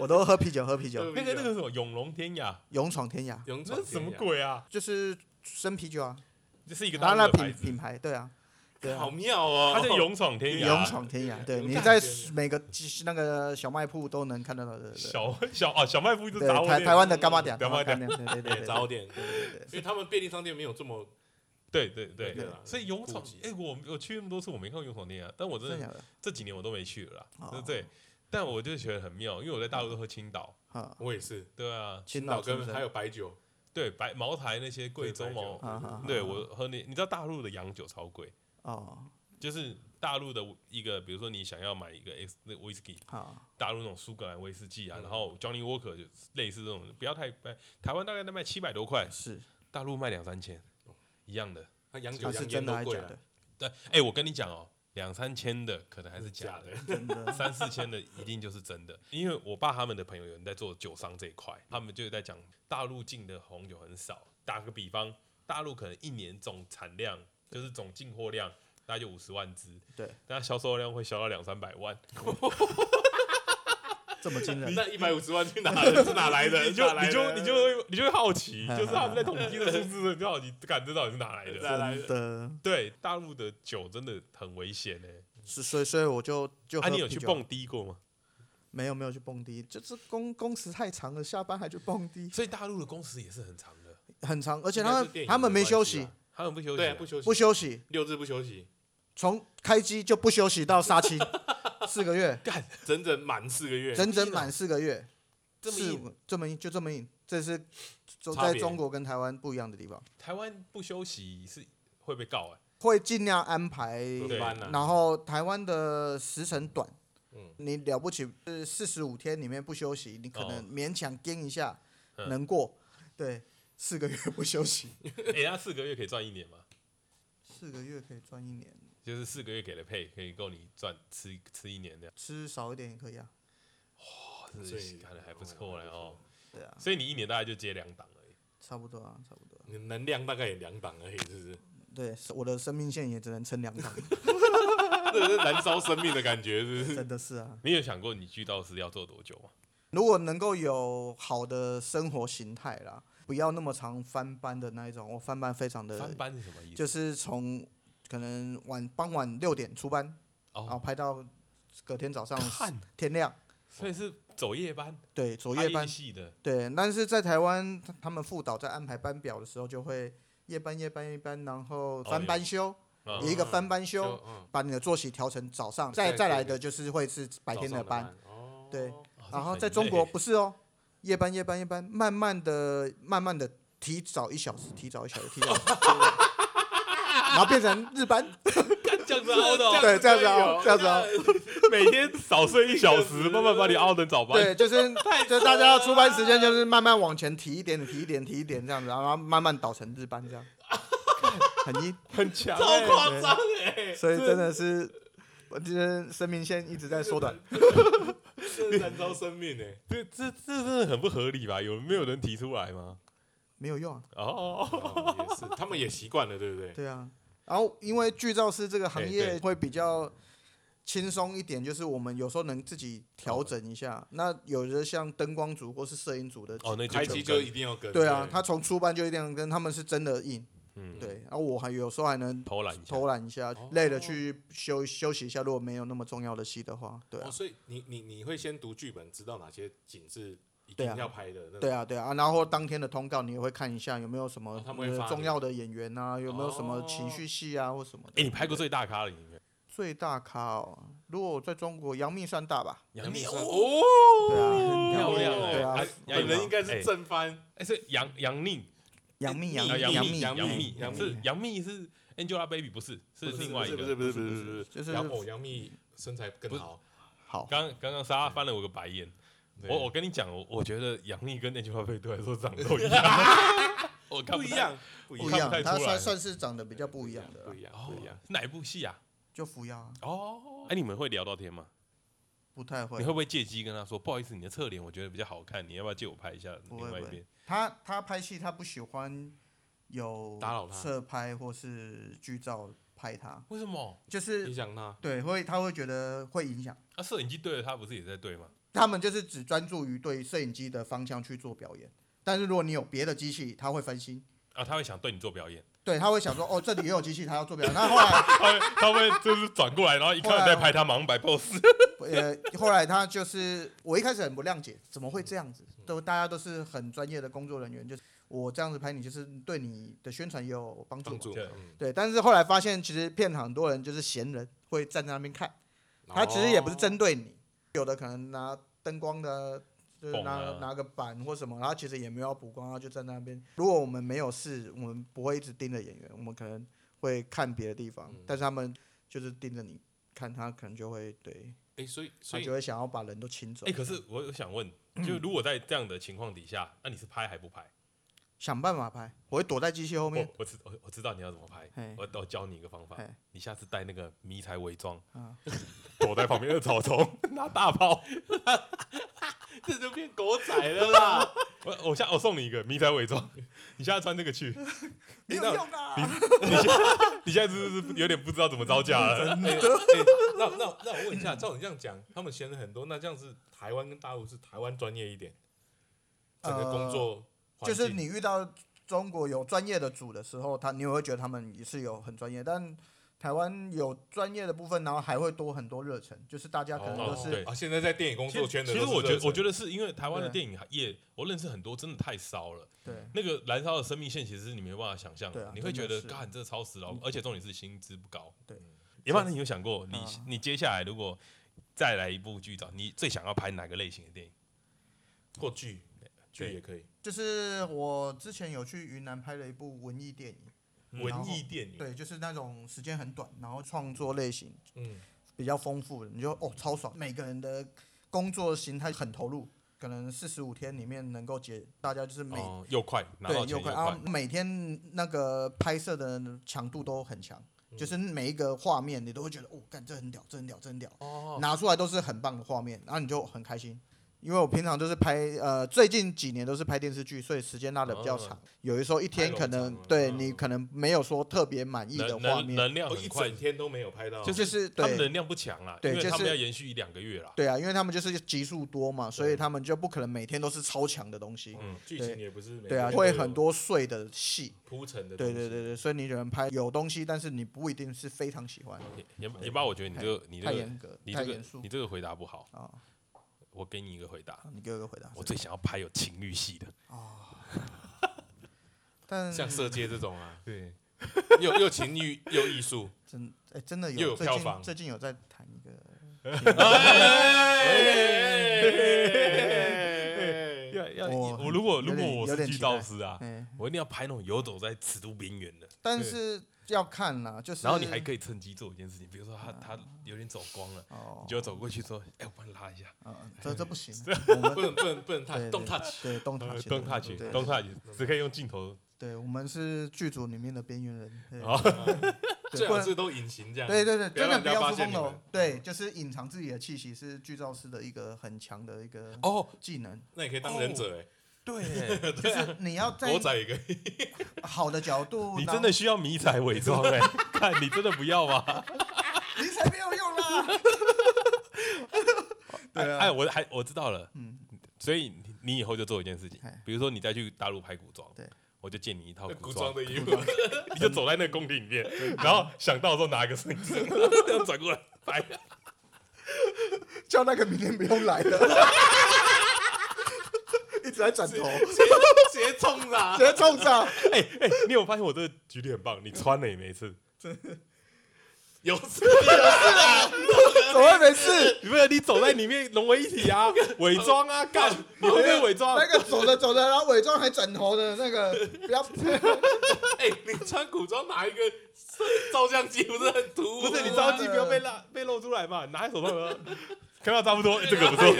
Speaker 1: 我都喝啤酒喝啤酒，
Speaker 2: 那
Speaker 4: 对
Speaker 2: 个那个什么《永龙天涯
Speaker 1: 勇闯天涯》
Speaker 4: 勇，
Speaker 2: 这
Speaker 4: 闯
Speaker 2: 是什么
Speaker 4: 天涯？
Speaker 2: 鬼啊？
Speaker 1: 就是生啤酒啊，
Speaker 2: 这是一个
Speaker 1: 然后
Speaker 2: 大
Speaker 1: 那
Speaker 2: 陆的牌
Speaker 1: 品
Speaker 2: 子
Speaker 1: 品，牌对啊，对啊
Speaker 4: 好，妙哦！
Speaker 2: 它叫《勇闯天涯》。
Speaker 1: 勇闯天涯，对，
Speaker 4: 勇
Speaker 1: 你
Speaker 4: 闯
Speaker 1: 在
Speaker 4: 天涯
Speaker 1: 每个那个小卖铺都能看得到的，对
Speaker 2: 小小啊，小卖部就
Speaker 1: 对
Speaker 2: 是杂
Speaker 1: 对，
Speaker 2: 货
Speaker 1: 台
Speaker 2: 店。
Speaker 1: 台湾的干巴点，
Speaker 2: 干巴
Speaker 1: 干巴店，对对
Speaker 4: 哎
Speaker 1: 对
Speaker 4: 早
Speaker 1: 对
Speaker 4: 点，
Speaker 1: 对
Speaker 4: 因为他们便利商店没有这么
Speaker 2: 对对对
Speaker 4: 对啊
Speaker 2: 所以勇闯
Speaker 4: 顾及，
Speaker 2: 哎，我我去那么多次，我没看过勇闯天涯，但我真
Speaker 1: 对，真的
Speaker 2: 的
Speaker 1: 假的？
Speaker 2: 这几年我都没去了啦，
Speaker 1: 哦
Speaker 2: 对不对？但我就觉得很妙，因为我在大陆都喝青岛，
Speaker 1: 啊，
Speaker 4: 我也是，
Speaker 2: 对啊，
Speaker 1: 青
Speaker 4: 老
Speaker 1: 岛出
Speaker 4: 跟
Speaker 1: 身
Speaker 4: 还有白酒，
Speaker 2: 对白茅台那些贵州茅，
Speaker 1: 啊啊，
Speaker 2: 对我喝那，你知道大陆的洋酒超贵，
Speaker 1: 哦，
Speaker 2: 就是大陆的一个，比如说你想要买一个 X 那 whisky，
Speaker 1: 好，
Speaker 2: 大陆那种苏格兰威士忌啊，
Speaker 4: 嗯
Speaker 2: 然后 Johnny Walker 就类似这种，不要太卖，台湾大概在卖七百多块，
Speaker 1: 是，
Speaker 2: 大陆卖两三千，一样的。
Speaker 4: 那洋酒
Speaker 1: 他是
Speaker 4: 洋
Speaker 1: 真
Speaker 4: 烟
Speaker 1: 的
Speaker 4: 都
Speaker 1: 还是
Speaker 4: 贵啊
Speaker 1: 假
Speaker 4: 了
Speaker 1: 的，？
Speaker 2: 对，哎，我跟你讲哦，两三千的可能还是假
Speaker 4: 假的
Speaker 2: 的。
Speaker 1: 真的，
Speaker 2: 三四千的一定就是真的，因为我爸他们的朋友有人在做酒商这一块，他们就在讲大陆进的红酒很少。打个比方，大陆可能一年总产量就是总进货量大概就五十万支，
Speaker 1: 对，
Speaker 2: 但它销售量会销到两三百 万，
Speaker 1: 这么 惊人，
Speaker 4: 那一百五十万去哪 了？是哪来的？
Speaker 2: 你
Speaker 4: 是哪
Speaker 2: 就
Speaker 4: 来
Speaker 2: 你
Speaker 4: 的
Speaker 2: 就你就会你就会好奇，
Speaker 1: 嗯
Speaker 2: 就是他们在统计的数字，你就好奇，感这到底是哪来
Speaker 4: 对
Speaker 2: 的？
Speaker 4: 再来
Speaker 1: 真的
Speaker 2: 对，大陆的酒真的很危险呢。
Speaker 1: 是，所以所以我就就
Speaker 2: 啊，
Speaker 1: 喝
Speaker 2: 你有
Speaker 1: 啤
Speaker 2: 去
Speaker 1: 酒
Speaker 2: 蹦迪过吗？
Speaker 1: 没有没有去蹦迪，就是工工时太长了，下班还去蹦迪，
Speaker 2: 所以大陆的工时也是很长的，
Speaker 1: 很长，而且
Speaker 4: 应该
Speaker 1: 他
Speaker 4: 是电
Speaker 1: 们
Speaker 4: 影
Speaker 1: 他们
Speaker 4: 的
Speaker 1: 没
Speaker 4: 关
Speaker 1: 休
Speaker 4: 系
Speaker 1: 息
Speaker 4: 吧，，
Speaker 2: 他们不休息
Speaker 4: 对啊，
Speaker 2: 啊，
Speaker 4: 不休息，
Speaker 1: 不休息，
Speaker 4: 六日不休息，
Speaker 1: 从开机就不休息到杀青，四个月，
Speaker 4: 整整满四个月，
Speaker 1: 整整满四个月，
Speaker 2: 这么
Speaker 1: 四
Speaker 2: 硬
Speaker 1: 五这么硬，就这么硬，这是中
Speaker 4: 差
Speaker 1: 在
Speaker 4: 别
Speaker 1: 中国跟台湾不一样的地方，
Speaker 2: 台湾不休息是会被告哎、
Speaker 1: 会尽量安排，
Speaker 4: 轮班
Speaker 2: 嗯
Speaker 4: 了。
Speaker 1: 然后台湾的时辰短。
Speaker 4: 嗯
Speaker 1: 你了不起是四十五天里面不休息，你可能勉强盯一下、
Speaker 2: 嗯
Speaker 1: 能过，对，四个月不休息，
Speaker 2: 欸，人家四个月可以赚一年嘛，
Speaker 1: 四个月可以赚一年，
Speaker 2: 就是四个月给的配可以够你赚吃吃一年的，
Speaker 1: 吃少一点也可以啊，
Speaker 2: 哇，
Speaker 4: 所
Speaker 2: 这
Speaker 4: 以
Speaker 2: 看来还不错嘞哦。
Speaker 1: 对啊，
Speaker 2: 所以你一年大概就接两档而已，
Speaker 1: 差不多啊，差不多啊、
Speaker 4: 你能量大概也两档而已，是不是？
Speaker 1: 对，我的生命线也只能撑 两档，
Speaker 4: 这是燃烧生命的感觉，是不是？
Speaker 1: 真的是啊。
Speaker 2: 你有想过你剧照是要做多久吗？
Speaker 1: 如果能够有好的生活形态啦，不要那么常翻班的那一种，我翻班非常的
Speaker 2: 翻，班是什么意思？
Speaker 1: 呃就是从可能晚傍晚六点出班，然后
Speaker 2: 哦，
Speaker 1: 拍到隔天早上
Speaker 2: 看，
Speaker 1: 天亮，
Speaker 2: 所以是走夜班，
Speaker 1: 对，走夜
Speaker 2: 拍
Speaker 1: 班
Speaker 2: 日，系的，
Speaker 1: 对，但是在台湾，他他们副导在安排班表的时候，就会夜班、夜班、夜班，然后翻班休，
Speaker 2: 嗯
Speaker 1: 有一个翻班休，
Speaker 4: 嗯，
Speaker 1: 把你的作息调成早上，
Speaker 4: 再
Speaker 1: 再再来
Speaker 4: 再
Speaker 1: 的就是会是白天
Speaker 4: 的
Speaker 1: 的班，，
Speaker 4: 哦，
Speaker 1: 对
Speaker 2: 哦
Speaker 1: 然后在中国，不是哦，夜班、夜班、夜班，慢慢的、慢慢的提早一小时，提早一小时，提早一小时，然后变成日 班，
Speaker 2: 干 这样子熬的哦，
Speaker 1: 对，这样子哦，这样子哦。
Speaker 2: 每天少睡一小 时，慢慢把你熬成早班。
Speaker 1: 对，就是就大家出班时间就是慢慢往前提一点，提一点，提一点这样子，然后慢慢倒成日班 这样，很硬，
Speaker 2: 很强
Speaker 4: 好
Speaker 1: 啊
Speaker 2: 欸，
Speaker 4: 夸张哎！
Speaker 1: 所以真的是我今天生命线一直在缩短。
Speaker 4: 这是燃烧生命哎，
Speaker 2: 这这这真的很不合理吧？有没有人提出来吗？
Speaker 1: 没有用啊。
Speaker 2: 哦，
Speaker 4: 哦也是，他们也习惯了，对不对？
Speaker 1: 对啊，然后因为剧照师这个行
Speaker 2: 哎
Speaker 1: 业
Speaker 2: 对
Speaker 1: 会比较轻松一点，就是我们有时候能自己调整一下。那有的像灯光组或是摄影组的，
Speaker 2: 哦，那
Speaker 4: 开
Speaker 2: 机
Speaker 4: 机就一定要跟，
Speaker 1: 对啊，他从初班就一定跟他们是真的硬，
Speaker 2: 嗯，
Speaker 1: 对。然后我还有时候还能
Speaker 2: 偷懒一下
Speaker 1: 偷，懒一下
Speaker 4: 哦，
Speaker 1: 累了去休休息一下，如果没有那么重要的戏的话，对啊
Speaker 4: 哦，。所以你你你会先读剧本，知道哪些景是一
Speaker 1: 对
Speaker 4: 定
Speaker 1: 啊
Speaker 4: 要拍的，那种
Speaker 1: 对啊，对啊，然后当天的通告你也会看一下有没有什么
Speaker 4: 哦他们会发
Speaker 1: 呃
Speaker 4: 你
Speaker 1: 重要的演员啊，有没有什么
Speaker 4: 哦
Speaker 1: 情绪戏啊或什么的。
Speaker 2: 哎，你拍过最大咖的影片，
Speaker 1: 最大咖哦，如果在中国，杨幂算大吧？
Speaker 2: 杨幂
Speaker 4: 幂
Speaker 2: 哦，
Speaker 4: 哦，
Speaker 1: 对啊很
Speaker 2: 漂亮
Speaker 4: 哦
Speaker 2: 对
Speaker 1: 啊
Speaker 4: 哎
Speaker 2: 对啊
Speaker 4: 本人应该是
Speaker 2: 哎
Speaker 4: 正翻，
Speaker 2: 哎，是杨杨宁，
Speaker 1: 杨幂，杨
Speaker 2: 啊
Speaker 1: 幂，
Speaker 2: 杨
Speaker 1: 幂，
Speaker 2: 杨
Speaker 4: 杨
Speaker 2: 幂
Speaker 4: 幂，
Speaker 1: 杨
Speaker 2: 是杨幂是 Angelababy 不是，是
Speaker 4: 不是
Speaker 2: 另外一
Speaker 4: 不是
Speaker 2: 个。
Speaker 4: 不是不是不是不是，
Speaker 1: 就是
Speaker 4: 杨某杨幂身材更好，
Speaker 1: 好，
Speaker 2: 刚刚刚莎翻了我个白眼，
Speaker 4: 对
Speaker 2: 我我跟你讲，我我觉得杨幂跟 Angelababy 对我来说长得都一 样，我看
Speaker 4: 不
Speaker 2: 太
Speaker 4: 一，样，不
Speaker 1: 不一
Speaker 2: 看
Speaker 1: 样
Speaker 2: 不太，出
Speaker 1: 她
Speaker 2: 来
Speaker 1: 算算是长得比较不一样的
Speaker 4: 不
Speaker 1: 啦，
Speaker 4: 一样，
Speaker 2: 哦
Speaker 4: 不一样。
Speaker 2: 是哪一部戏啊？
Speaker 1: 就服药啊，
Speaker 2: 哦，哎，你们会聊到天吗？
Speaker 1: 不太
Speaker 2: 你
Speaker 1: 会
Speaker 2: 会。不会借机跟他说，不好意思，你的侧脸我觉得比较好看，你要不要借我拍一下
Speaker 1: 不会
Speaker 2: 另外一
Speaker 1: 不会
Speaker 2: 边？
Speaker 1: 她她拍戏，她不喜欢有
Speaker 4: 打扰她
Speaker 1: 侧拍或是剧照拍她，
Speaker 2: 为什么？
Speaker 1: 就
Speaker 4: 影
Speaker 1: 是
Speaker 4: 响他，
Speaker 1: 对会她会觉得会影响。
Speaker 2: 啊，摄影机对着他不是也在对吗？
Speaker 1: 他们就是只专注于对摄影机的方向去做表演，但是如果你有别的机器，他会分心。
Speaker 2: 啊，他会想对你做表演，
Speaker 1: 对，他会想说，哦，这里也有机器，他要做表演。那后来
Speaker 2: 他会他会就是转过来，然后一看你在拍他，马上摆 pose。
Speaker 1: 呃，后来他就是我一开始很不谅解，怎么会这样子？都大家都是很专业的工作人员，就是我这样子拍你，就是对你的宣传也有帮助嘛
Speaker 4: 帮。助，
Speaker 2: 对
Speaker 4: 嗯
Speaker 1: 对，但是后来发现，其实片场很多人就是闲人，会站在那边看，
Speaker 4: 哦
Speaker 1: 他其实也不是针对你，有的可能拿灯光的。就是
Speaker 2: 捧
Speaker 1: 拿、
Speaker 2: 啊
Speaker 1: 拿个板或什么，然后其实也没有要补光，他就站在那边。如果我们没有事，我们不会一直盯着演员，我们可能会看别的地方，
Speaker 4: 嗯
Speaker 1: 但是他们就是盯着你看，他可能就会对
Speaker 4: 哎，所以
Speaker 1: 他
Speaker 4: 所以
Speaker 1: 就会想要把人都请走。
Speaker 2: 哎，可是我有想问，就如果在这样的情况底下，那你是拍还不拍？
Speaker 1: 想办法拍，我会躲在机器后
Speaker 2: 我
Speaker 1: 面。
Speaker 2: 我知我我知道你要怎么拍
Speaker 1: 嘿，
Speaker 2: 我我教你一个方法
Speaker 1: 嘿，
Speaker 2: 你下次带那个迷彩伪装
Speaker 1: 啊，
Speaker 2: 躲在旁边的草丛拿大炮。
Speaker 4: 这就变狗仔了啦。
Speaker 2: 我我下我送你一个迷彩伪装，你现在穿这个去，
Speaker 1: 没有用啊！
Speaker 2: 你现在是不是有点不知道怎么招架了？
Speaker 4: 哎哎那那那我问一下，照你这样讲，他们闲了很多，那这样是台湾跟大陆是台湾专业一点，整个工作 环
Speaker 1: 就
Speaker 4: 境
Speaker 1: 是你遇到中国有专业的组的时候，他你也会觉得他们也是有很专业，但台湾有专业的部分，然后还会多很多热忱，就是大家可能
Speaker 2: 哦
Speaker 1: 都
Speaker 2: 对
Speaker 1: 是
Speaker 4: 啊，现在在电影工
Speaker 2: 其
Speaker 4: 作
Speaker 2: 实
Speaker 4: 圈的
Speaker 2: 其实我觉得，我觉
Speaker 4: 得
Speaker 2: 得是因为台湾的
Speaker 1: 对
Speaker 2: 电影业，我认识很多真的太烧了。
Speaker 1: 对
Speaker 2: 那个燃烧的生命线，其实是你没办法想象
Speaker 1: 对
Speaker 2: 的
Speaker 1: 啊，
Speaker 2: 你会觉
Speaker 1: 真的
Speaker 2: 得，
Speaker 1: 是嗯
Speaker 2: 干这超时劳苦，而且重点是薪资不高。
Speaker 1: 对，
Speaker 2: 也不然你有想过，你
Speaker 1: 啊
Speaker 2: 你接下来如果再来一部剧照，你最想要拍哪个类型的电影？
Speaker 4: 或剧剧也可以，
Speaker 1: 就是我之前有去云南拍了一部文艺电影，
Speaker 2: 嗯
Speaker 4: 文艺电影，
Speaker 1: 对，就是那种时间很短，然后创作类型
Speaker 4: 嗯，
Speaker 1: 比较丰富的，你就哦超爽，每个人的工作形态很投入。可能四十五天里面能够解，大家就是每
Speaker 2: 哦，又快，拿
Speaker 1: 对
Speaker 2: 到，钱
Speaker 1: 又
Speaker 2: 又
Speaker 1: 快，
Speaker 2: 快
Speaker 1: 然后，啊每天那个拍摄的强度都很强，就是每一个画面你都会觉得，哦，干这很屌，这很屌，这很屌，
Speaker 2: 哦，
Speaker 1: 拿出来都是很棒的画面，然后你就很开心。因为我平常都是拍，呃，最近几年都是拍电视剧，所以时间拉的比较长。有的时候一天可能
Speaker 4: 太冗长了
Speaker 1: 对
Speaker 4: 嗯
Speaker 1: 你可能没有说特别满意的
Speaker 2: 能
Speaker 1: 画
Speaker 2: 能
Speaker 1: 面，
Speaker 2: 能量
Speaker 4: 我
Speaker 2: 很
Speaker 4: 一
Speaker 2: 快
Speaker 4: 整，天都没有拍到，
Speaker 1: 就是是
Speaker 2: 他们
Speaker 1: 对
Speaker 2: 能量不强啦，
Speaker 1: 对
Speaker 2: 因为
Speaker 1: 就
Speaker 2: 他们
Speaker 1: 是
Speaker 2: 要延续一两个月啦。
Speaker 1: 对啊，因为他们就是集数多嘛，所以
Speaker 4: 对
Speaker 1: 他们就不可能每天都是超强的东西。
Speaker 4: 嗯，剧
Speaker 1: 对
Speaker 4: 情也不是每
Speaker 1: 对啊，
Speaker 4: 天都
Speaker 1: 会
Speaker 4: 有
Speaker 1: 很多碎的戏。
Speaker 4: 铺陈的，
Speaker 1: 对对对，对，所以你只能拍有东西，但是你不一定是非常喜欢。
Speaker 2: 也也把我觉得你这个你这
Speaker 1: 太
Speaker 2: 个
Speaker 1: 严格，
Speaker 2: 你
Speaker 1: 太
Speaker 2: 这
Speaker 1: 严
Speaker 2: 个
Speaker 1: 肃
Speaker 2: 你这个回答不好，
Speaker 1: 啊！
Speaker 2: 我给你一个回答，
Speaker 1: 好你给我一个回答。
Speaker 2: 我最想要拍有情侣戏的。
Speaker 1: 但
Speaker 4: 像色戒这种啊，
Speaker 2: 对，
Speaker 4: 又又情欲又艺 术，
Speaker 1: 真哎，真的
Speaker 4: 又
Speaker 1: 有
Speaker 4: 有
Speaker 1: 最
Speaker 4: 票
Speaker 1: 近
Speaker 4: 房
Speaker 1: 最近有在谈一个
Speaker 4: 哎
Speaker 2: 要要
Speaker 1: 我
Speaker 2: 我如果
Speaker 1: 有
Speaker 2: 如
Speaker 1: 点
Speaker 2: 果
Speaker 1: 有
Speaker 2: 我是
Speaker 1: 点
Speaker 2: 剧
Speaker 1: 期待
Speaker 2: 照师啊，
Speaker 1: 哎，
Speaker 2: 我一定要拍那种游走在尺度边缘的，
Speaker 1: 但是要看啦，就是
Speaker 2: 然后你还可以趁机做一件事情，比如说他他有点走光了，
Speaker 1: 哦
Speaker 2: 你，就走过去说，哎，我帮你拉 一下，
Speaker 1: 嗯这这不行， 我
Speaker 4: 不
Speaker 1: 们
Speaker 4: 能不能不能太
Speaker 1: 对
Speaker 4: 动
Speaker 1: 对
Speaker 4: touch，
Speaker 1: 对动
Speaker 2: 呃
Speaker 1: touch
Speaker 2: 蹬下去，
Speaker 1: 对
Speaker 2: 蹬下去，只可以用镜头。
Speaker 1: 对我们是剧组里面的边缘人，对
Speaker 2: 好，
Speaker 1: 对
Speaker 4: 最
Speaker 1: 不
Speaker 4: 好
Speaker 1: 然
Speaker 4: 是都隐形这样。
Speaker 1: 对对对，
Speaker 4: 不
Speaker 1: 真的
Speaker 4: 要让人
Speaker 1: 不
Speaker 4: 家
Speaker 1: 要
Speaker 4: 发
Speaker 1: 出
Speaker 4: 现
Speaker 1: 风
Speaker 4: 你
Speaker 1: 头
Speaker 4: 们。
Speaker 1: 对，就是隐藏自己的气息是剧照师的一个很强的一个
Speaker 2: 哦，
Speaker 1: 技能。
Speaker 4: 那也可以当忍者哎，
Speaker 2: 对耶，
Speaker 1: 就是你要在
Speaker 4: 国仔也可以。
Speaker 1: 好的角度，
Speaker 2: 你
Speaker 1: 然后
Speaker 2: 真的需要迷彩伪装 哎，看你真的不要啊吗？
Speaker 1: 你才没有用 啦。
Speaker 4: 对啊
Speaker 2: 哎，我还我知道了，
Speaker 1: 嗯，
Speaker 2: 所以你你以后就做一件事情
Speaker 1: 哎，
Speaker 2: 比如说你再去大陆拍古装，
Speaker 1: 对，
Speaker 2: 我就借你一套
Speaker 4: 古
Speaker 2: 古
Speaker 4: 装
Speaker 2: 装，
Speaker 4: 的衣服，
Speaker 2: 你就走在那个宫廷里面，然后想到的时候拿一个摄影机， 这样转过来拍，
Speaker 1: 叫那个明天不用来了， 一直在转头，
Speaker 4: 直接冲啦！
Speaker 1: 接冲 上。
Speaker 2: 哎哎，你有发现我这个举例很棒，你穿了也没事，
Speaker 4: 有事
Speaker 1: 怎么会没事？
Speaker 2: 不是你走在里面融为一体啊，伪装啊，干，你会不会伪装？
Speaker 1: 那个走着走着，然后伪装还转头的那个，不要
Speaker 4: 哎，你穿古装拿一个照相机不是很突兀？
Speaker 2: 不是你 着急，不要被拉被露出来嘛，拿在手上的时候，看到差不
Speaker 4: 啊
Speaker 2: 多，哎这个不错。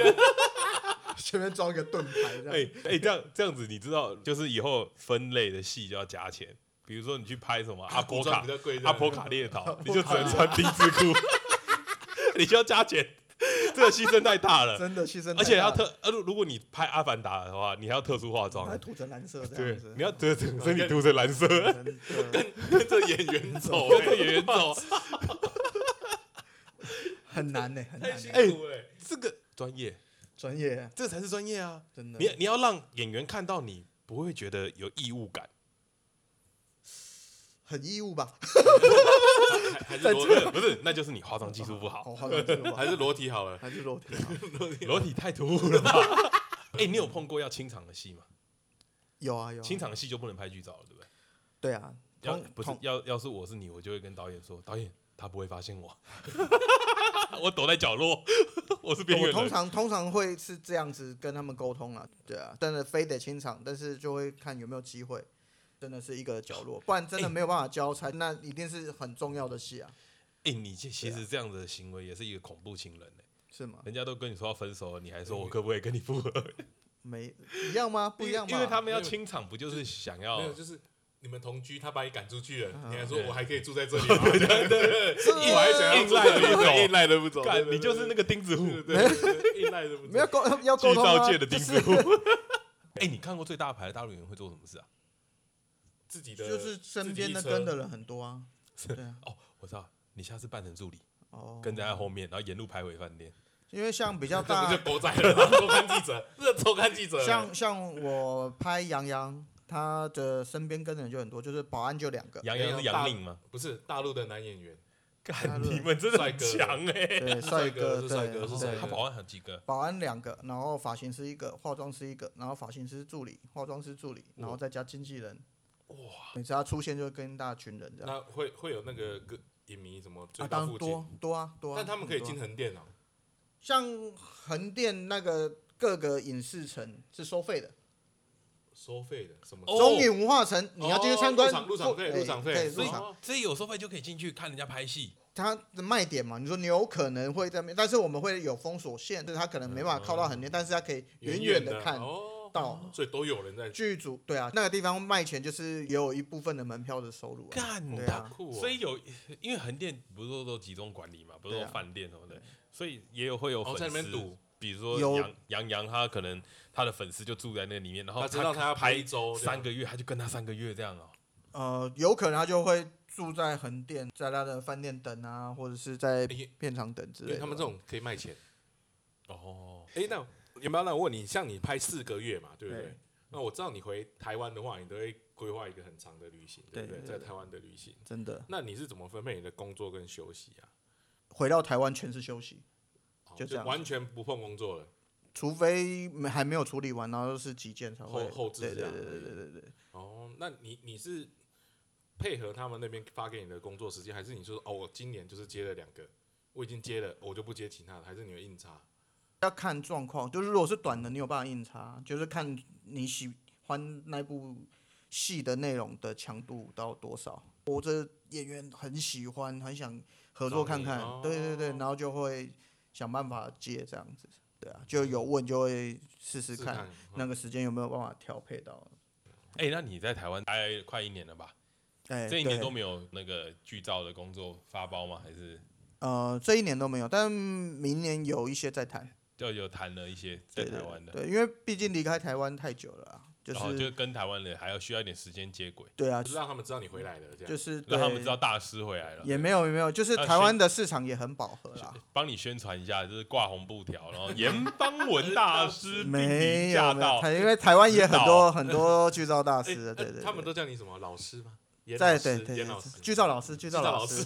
Speaker 1: 前面装一个盾牌这
Speaker 2: 哎、
Speaker 1: 样。
Speaker 2: 哎、这样这样子，你知道，就是以后分类的戏就要加钱。比如说你去拍什么
Speaker 1: 啊
Speaker 2: 阿波
Speaker 4: 古装
Speaker 2: 卡
Speaker 4: 比较贵，啊
Speaker 2: 阿波卡列岛，你就只能穿丁字裤， 你就要加钱，这个牺牲太大了。
Speaker 1: 真的牺牲太大了，啊
Speaker 2: 而且要特，呃，如如果你拍阿凡达的话，你还要特殊化妆
Speaker 1: 还，涂成蓝色这
Speaker 2: 对
Speaker 1: 样子，。
Speaker 2: 你要整 整身体涂成蓝色，
Speaker 1: 真的
Speaker 4: 跟着演 员走，欸
Speaker 2: 跟着演员走。
Speaker 1: 很难呢，很
Speaker 4: 太
Speaker 1: 难
Speaker 4: 辛
Speaker 1: 呢。
Speaker 4: 苦了。哎
Speaker 2: 这个专业，
Speaker 1: 专业
Speaker 2: 这才是专业啊！
Speaker 1: 真的
Speaker 2: 你你要让演员看到你，不会觉得有义务感。
Speaker 1: 很义务吧？
Speaker 4: 还还是
Speaker 2: 不
Speaker 4: 裸
Speaker 2: 是不是，那就是你化妆技术不好。
Speaker 1: 好好的这个吧
Speaker 4: 还是裸体好了，
Speaker 1: 还是裸体 啊？
Speaker 2: 裸体太突兀 了吧？哎、你有碰过要清场的戏吗？
Speaker 1: 有啊有啊。
Speaker 2: 清场戏就不能拍剧照了，对不对？
Speaker 1: 对啊，
Speaker 2: 要
Speaker 1: 同
Speaker 2: 不是
Speaker 1: 同
Speaker 2: 要要是我是你，我就会跟导演说，导演他不会发现我， 我躲在角落， 我是边
Speaker 1: 我
Speaker 2: 缘
Speaker 1: 通
Speaker 2: 人。
Speaker 1: 常通常会是这样子跟他们沟通了，对啊，但是非得清场，但是就会看有没有机会，真的是一个角落，不然真的没有办法交差，那一定是很重要的戏啊，
Speaker 2: 哎、你其其实这样子的行为也是一个恐怖情人、欸、
Speaker 1: 是吗？
Speaker 2: 人家都跟你说要分手了，你还说我可不可以跟你复合？
Speaker 1: 没一样吗？不一样吗？
Speaker 2: 因为他们要清场，不就是想要
Speaker 4: 没有，就是你们同居，他把你赶出去了，
Speaker 1: 嗯
Speaker 4: 你还说
Speaker 2: 对
Speaker 4: 我还可以住在这里吗，对啊 对对，
Speaker 1: 是
Speaker 4: 我还想要
Speaker 2: 硬赖着不走
Speaker 4: 硬赖着不走，对
Speaker 2: 干？
Speaker 4: 对
Speaker 2: 你就是那个钉子户，
Speaker 4: 对对对对硬赖着不走，
Speaker 1: 没有沟要
Speaker 2: 剧
Speaker 1: 沟通
Speaker 2: 照
Speaker 1: 吗？
Speaker 2: 界的钉
Speaker 1: 就
Speaker 2: 子
Speaker 1: 是
Speaker 2: 户。 哎、你看过最大牌的大陆演员会做什么事啊？
Speaker 4: 自己的，
Speaker 1: 就是身边的跟的人很多啊，对啊，
Speaker 2: 哦，我知道，你下次扮成助理，
Speaker 1: 哦，
Speaker 2: 跟在他后面，然后沿路排回饭店。
Speaker 1: 因为像比 较
Speaker 4: 这
Speaker 1: 大
Speaker 4: 不就，狗仔了 吗？周刊记者，这周刊记者，
Speaker 1: 像像我拍杨洋，他的身边跟的人就很多，就是保安就两个，
Speaker 2: 杨洋是杨令吗？
Speaker 4: 不是大陆的男演员，
Speaker 1: 大
Speaker 2: 干，
Speaker 1: 陆
Speaker 2: 你们真的很
Speaker 4: 帅哥
Speaker 2: 强哎！
Speaker 1: 对，
Speaker 4: 帅
Speaker 1: 帅
Speaker 4: 哥
Speaker 1: 哥，对，
Speaker 4: 是帅哥是帅
Speaker 1: 对
Speaker 4: 哥
Speaker 2: 他保安还有几个？
Speaker 1: 保安两个，然后发型师一个，化妆师一个，然后发型师助理、化妆师助理，然后再加经纪人。哇！每次他出现就会跟一大群人这样。
Speaker 4: 那会会有那个歌影迷什么追
Speaker 1: 啊，
Speaker 4: 到
Speaker 1: 当然
Speaker 4: 附近，
Speaker 1: 多多啊多啊。
Speaker 4: 但他们可以
Speaker 1: 很多啊
Speaker 4: 进横店哦，
Speaker 1: 像横店那个各个影视城是收费的，
Speaker 4: 收费的什么
Speaker 2: 哦
Speaker 1: 中影文化城你要进去参观，
Speaker 4: 哦入场入场费
Speaker 1: 对
Speaker 4: 入场费哦
Speaker 1: 对
Speaker 4: 所
Speaker 1: 入
Speaker 4: 以
Speaker 1: 场。
Speaker 2: 所以有时候就可以进去看人家拍戏。
Speaker 1: 它的卖点嘛，你说你有可能会在那边，但是我们会有封锁线，就是他可能没办法靠到很近，但是他可以远远的
Speaker 4: 哦的
Speaker 1: 看
Speaker 4: 哦，
Speaker 1: 到。
Speaker 4: 所以都有人在
Speaker 1: 剧组对啊，那个地方卖钱就是也有一部分的门票的收入、啊。
Speaker 2: 干
Speaker 1: 对
Speaker 2: 他
Speaker 1: 啊！
Speaker 4: 酷哦，
Speaker 2: 所以有，因为横店不是都集中管理嘛，不是
Speaker 1: 对
Speaker 2: 说
Speaker 1: 啊
Speaker 2: 饭店什么的，所以也有会有
Speaker 4: 哦
Speaker 2: 粉
Speaker 4: 在那边
Speaker 2: 丝
Speaker 4: 赌。
Speaker 2: 比如说
Speaker 1: 有
Speaker 2: 杨杨洋，他可能他的粉丝就住在那里面，然后
Speaker 4: 他知道他要拍
Speaker 2: 拍
Speaker 4: 一周这样
Speaker 2: 三个月，他就跟他三个月这样哦。
Speaker 1: 呃，有可能他就会住在横店，在他的饭店等啊，或者是在
Speaker 4: 因为
Speaker 1: 片场等之
Speaker 4: 因
Speaker 1: 类
Speaker 4: 为
Speaker 1: 的。
Speaker 4: 他们这种可以卖钱。
Speaker 2: 哦，
Speaker 4: 哎、那有没有让我问你，像你拍四个月嘛，对不对？
Speaker 1: 对
Speaker 4: 那我知道你回台湾的话，你都会规划一个很长的旅行，对不对？
Speaker 1: 对对
Speaker 4: 在台湾的旅行，
Speaker 1: 真的
Speaker 4: 那你是怎么分配你的工作跟休息啊？
Speaker 1: 回到台湾全是休息，
Speaker 4: 哦
Speaker 1: 就这样
Speaker 4: 完全不碰工作了。
Speaker 1: 除非没还没有处理完，然后是急件才会
Speaker 4: 后后置
Speaker 1: 对
Speaker 4: 这
Speaker 1: 对
Speaker 4: 样
Speaker 1: 对对对对对，
Speaker 4: 哦，那你你是配合他们那边发给你的工作时间，还是你说哦，我今年就是接了两个，我已经接了，我就不接其他的，还是你会硬插？
Speaker 1: 要看状况。就是如果是短的，你有办法硬插，就是看你喜欢那部戏的内容的强度到多少。我这演员很喜欢，很想合作看看
Speaker 4: 找你哦，
Speaker 1: 对对对，然后就会想办法接这样子。对啊，就有问就会试试
Speaker 4: 试
Speaker 1: 看。那个时间有没有办法调配到？
Speaker 2: 哎，那你在台湾待快一年了吧？
Speaker 1: 哎，
Speaker 2: 这一年
Speaker 1: 对
Speaker 2: 都没有那个剧照的工作发包吗？还是
Speaker 1: 呃，这一年都没有，但明年有一些在谈，
Speaker 2: 就有谈了一些在
Speaker 1: 对
Speaker 2: 台
Speaker 1: 对
Speaker 2: 湾的，
Speaker 1: 对，因为毕竟离开台湾太久了啊，就
Speaker 2: 然后就是跟台湾人还要需要一点时间接轨，
Speaker 1: 对啊
Speaker 4: 就，是让他们知道你回来了，这样。
Speaker 1: 就是
Speaker 2: 让他
Speaker 1: 对
Speaker 2: 们知道大师回
Speaker 4: 呃
Speaker 2: 来了，
Speaker 1: 也没有也没有，就是
Speaker 2: 那
Speaker 1: 台
Speaker 2: 宣
Speaker 1: 湾的市场也很饱和啦。
Speaker 2: 帮你宣传一下，就是挂红布条，然后盐帮文 大师濒
Speaker 1: 没
Speaker 2: 临驾
Speaker 1: 有没有，
Speaker 2: 到，
Speaker 1: 台因为台湾也很多
Speaker 2: 指
Speaker 1: 很多剧照大
Speaker 4: 哎
Speaker 1: 师的，对
Speaker 4: 哎
Speaker 1: 对对，
Speaker 4: 他们都叫你什么老师吗？严
Speaker 1: 在
Speaker 4: 老
Speaker 1: 对
Speaker 4: 师
Speaker 1: 对对
Speaker 4: 严老师，
Speaker 1: 剧照老师，剧
Speaker 4: 剧
Speaker 1: 照
Speaker 4: 照
Speaker 1: 老
Speaker 4: 老
Speaker 1: 师
Speaker 4: 师，，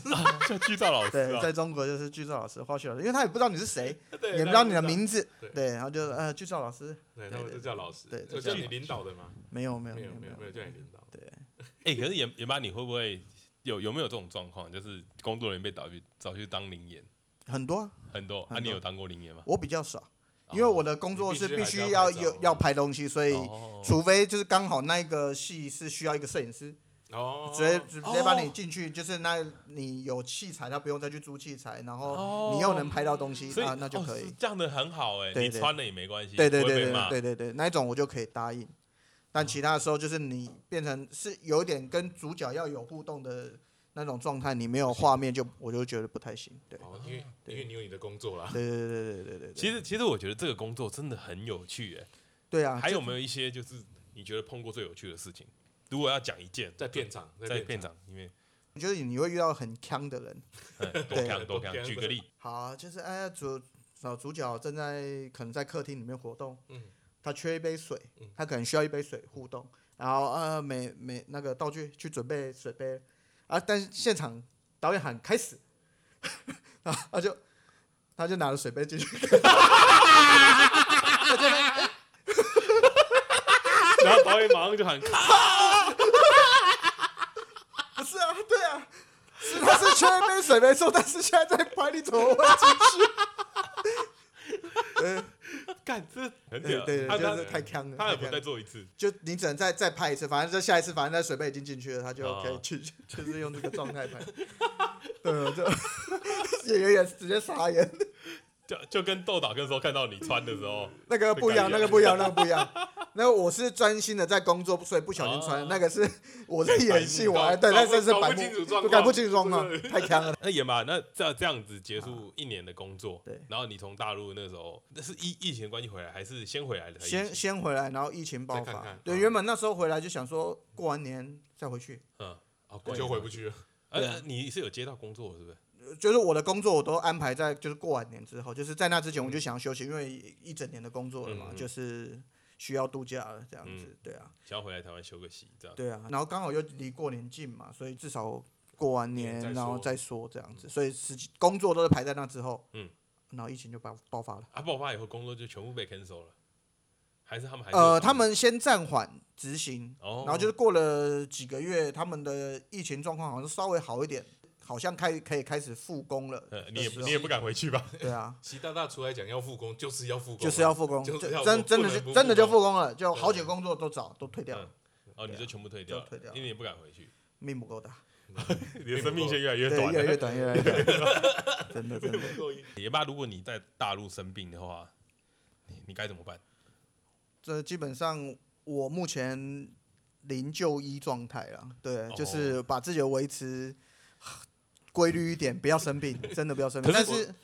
Speaker 2: 叫剧照老师
Speaker 1: 对，
Speaker 2: 啊
Speaker 1: 在，中国就是剧照老师、化学老师，因为他也不知道你是谁，
Speaker 4: 对
Speaker 1: 也不知道你的，名字
Speaker 4: 对，
Speaker 1: 对，然后就呃剧照老师对
Speaker 4: 对他们
Speaker 1: 对
Speaker 4: 就叫老师，
Speaker 1: 对
Speaker 4: 就
Speaker 1: 对
Speaker 4: 叫
Speaker 2: 对
Speaker 4: 你领导的吗？
Speaker 1: 没有没有
Speaker 4: 没
Speaker 1: 没
Speaker 4: 有没有
Speaker 1: 有
Speaker 4: 没有叫你领导，
Speaker 2: 哎、可是盐盐巴，你会不会有有没有这种状况？就是工作人员被找去找去当灵演，
Speaker 1: 很多、啊，
Speaker 2: 很多。
Speaker 1: 很
Speaker 2: 啊，你
Speaker 1: 多
Speaker 2: 有当过灵演吗？
Speaker 1: 我比较少，
Speaker 4: 哦
Speaker 1: 因为我的工作是必须要有要拍东西，所以
Speaker 2: 哦
Speaker 1: 除非就是刚好那一个戏是需要一个摄影师，
Speaker 4: 哦，
Speaker 1: 直接直接把你
Speaker 4: 哦
Speaker 1: 进去，就是那你有器材，他不用再去租器材，然
Speaker 2: 哦
Speaker 1: 后你又能拍到东西
Speaker 2: 所以、
Speaker 1: 啊，那就可
Speaker 2: 哦是
Speaker 1: 以。
Speaker 2: 这样的很好哎、
Speaker 1: 对
Speaker 2: 你
Speaker 1: 对
Speaker 2: 穿了也没关系，
Speaker 1: 对对
Speaker 2: 不会
Speaker 1: 对
Speaker 2: 被
Speaker 1: 对
Speaker 2: 骂
Speaker 1: 对对对，那一种我就可以答应。但其他的时候，就是你变成是有点跟主角要有互动的那种状态，你没有画面就我就觉得不太行。对
Speaker 4: 哦，因为
Speaker 1: 对
Speaker 4: 因为你有你的工作啦，
Speaker 1: 对对对对对对对。
Speaker 2: 其实其实我觉得这个工作真的很有趣哎、
Speaker 1: 对啊，
Speaker 2: 还
Speaker 1: 就
Speaker 2: 有没有一些就是你觉得碰过最有趣的事情？如果要讲一件，
Speaker 4: 在片场，
Speaker 2: 在
Speaker 4: 片
Speaker 2: 片，场里面，
Speaker 1: 就是你会遇到很强的人。
Speaker 2: 哎多
Speaker 1: 对
Speaker 2: 看多
Speaker 4: 多
Speaker 2: 看，
Speaker 4: 看
Speaker 2: 举个例，
Speaker 1: 好，就是哎主小主角正在可能在客厅里面活动，
Speaker 4: 嗯
Speaker 1: 他缺一杯水
Speaker 4: 嗯，
Speaker 1: 他可能需要一杯水互动，然后呃每每那个道具去准备水杯，啊，但是现场导演喊开始， 然后他就他就拿了水杯进去，
Speaker 2: 然后导演马上就喊啊卡，
Speaker 1: 不是啊，对啊。是他是缺一杯水没错，但是现在在拍，你怎么会进
Speaker 2: 干这很
Speaker 1: 去？
Speaker 2: 屌，
Speaker 1: 对
Speaker 2: 他
Speaker 1: 对，就
Speaker 2: 他
Speaker 1: 是太强了。
Speaker 2: 他
Speaker 1: 太
Speaker 2: 也不
Speaker 1: 呛
Speaker 2: 再
Speaker 1: 了
Speaker 2: 做一次，
Speaker 1: 就你只能再再拍一次，反正就下一次，反正那水杯已经进去了，他就
Speaker 2: 哦
Speaker 1: 可以去， 就是用这个状态拍。 对，我就 演员也是直接傻眼，
Speaker 2: 就就跟豆导跟时候看到你穿的 时候，
Speaker 1: 那个不一样，
Speaker 2: 这
Speaker 1: 那
Speaker 2: 个
Speaker 1: 个
Speaker 2: 不
Speaker 1: 不一样，那个不一样。 那我是专心的在工作，所以不小心穿。
Speaker 2: 哦
Speaker 1: 那个 是我在演戏，
Speaker 2: 搞
Speaker 1: 我还对，
Speaker 4: 搞
Speaker 1: 但
Speaker 4: 不
Speaker 1: 是是
Speaker 4: 搞不
Speaker 1: 白目
Speaker 4: 清楚状，
Speaker 1: 就
Speaker 4: 况
Speaker 1: 搞不清楚状况，太强
Speaker 4: 哎
Speaker 1: 了。
Speaker 2: 那也吧，那这样这样子结束一年的工作，
Speaker 1: 啊对
Speaker 2: 然后你从大陆那时候，那是疫疫情的关系回来，还是先回来的才疫情？
Speaker 1: 先先回来，然后疫情爆
Speaker 4: 再看
Speaker 1: 发
Speaker 4: 看。
Speaker 1: 对，
Speaker 4: 嗯
Speaker 1: 原本那时候回来就想说过完年再回去，
Speaker 2: 嗯，哦，
Speaker 4: 我
Speaker 2: 过
Speaker 4: 就
Speaker 2: 年
Speaker 4: 回不。去了，
Speaker 1: 对
Speaker 2: 呃
Speaker 1: 啊，
Speaker 2: 你是有接到工作是不是？
Speaker 1: 就是我的工作我都安排在就是过完年之后，就是在那之前我就想要休息，因为一整年的工作了嘛，
Speaker 2: 嗯嗯嗯
Speaker 1: 就是需要度假了这样子。
Speaker 2: 嗯
Speaker 1: 对啊，
Speaker 2: 想要回来台湾休个息，这样。
Speaker 1: 对啊，然后刚好又离过年近嘛，所以至少过完年
Speaker 4: 年再说
Speaker 1: 然后再说这样子，所以实际工作都是排在那之后。
Speaker 2: 嗯，
Speaker 1: 然后疫情就爆爆发了。
Speaker 2: 啊，爆发以后工作就全部被 cancel 了，还是他们还是有
Speaker 1: 呃，他们先暂缓执行，
Speaker 2: 哦，
Speaker 1: 然后就是过了几个月，他们的疫情状况好像稍微好一点，好像开可以开始复工了的时候。
Speaker 2: 呃，你也你也不敢回去吧？
Speaker 1: 对啊。
Speaker 4: 习大大出来讲要复工，就是要复工啊，
Speaker 1: 就是要复工，
Speaker 4: 就
Speaker 1: 就
Speaker 4: 是要
Speaker 1: 真
Speaker 4: 不
Speaker 1: 真的
Speaker 4: 不能
Speaker 1: 是
Speaker 4: 不
Speaker 1: 真的就
Speaker 4: 复
Speaker 1: 复工了，就好几
Speaker 4: 对
Speaker 1: 个工作都找都退掉了，
Speaker 2: 哦，你就全部退掉了
Speaker 1: 啊就退掉，了
Speaker 2: 因为你不敢回去，
Speaker 1: 命不够大，
Speaker 2: 你的生命线越来越
Speaker 1: 对，
Speaker 2: 短
Speaker 1: 越来
Speaker 2: 了。
Speaker 1: 越短，越来越短，真的真的。
Speaker 2: 也罢，如果你在大陆生病的话，你你该怎么办？
Speaker 1: 这基本上我目前零就医状态了，对，就是把自己的维持规律一点，不要生病，真的不要生病。
Speaker 2: 可
Speaker 1: 但
Speaker 2: 是我
Speaker 1: 是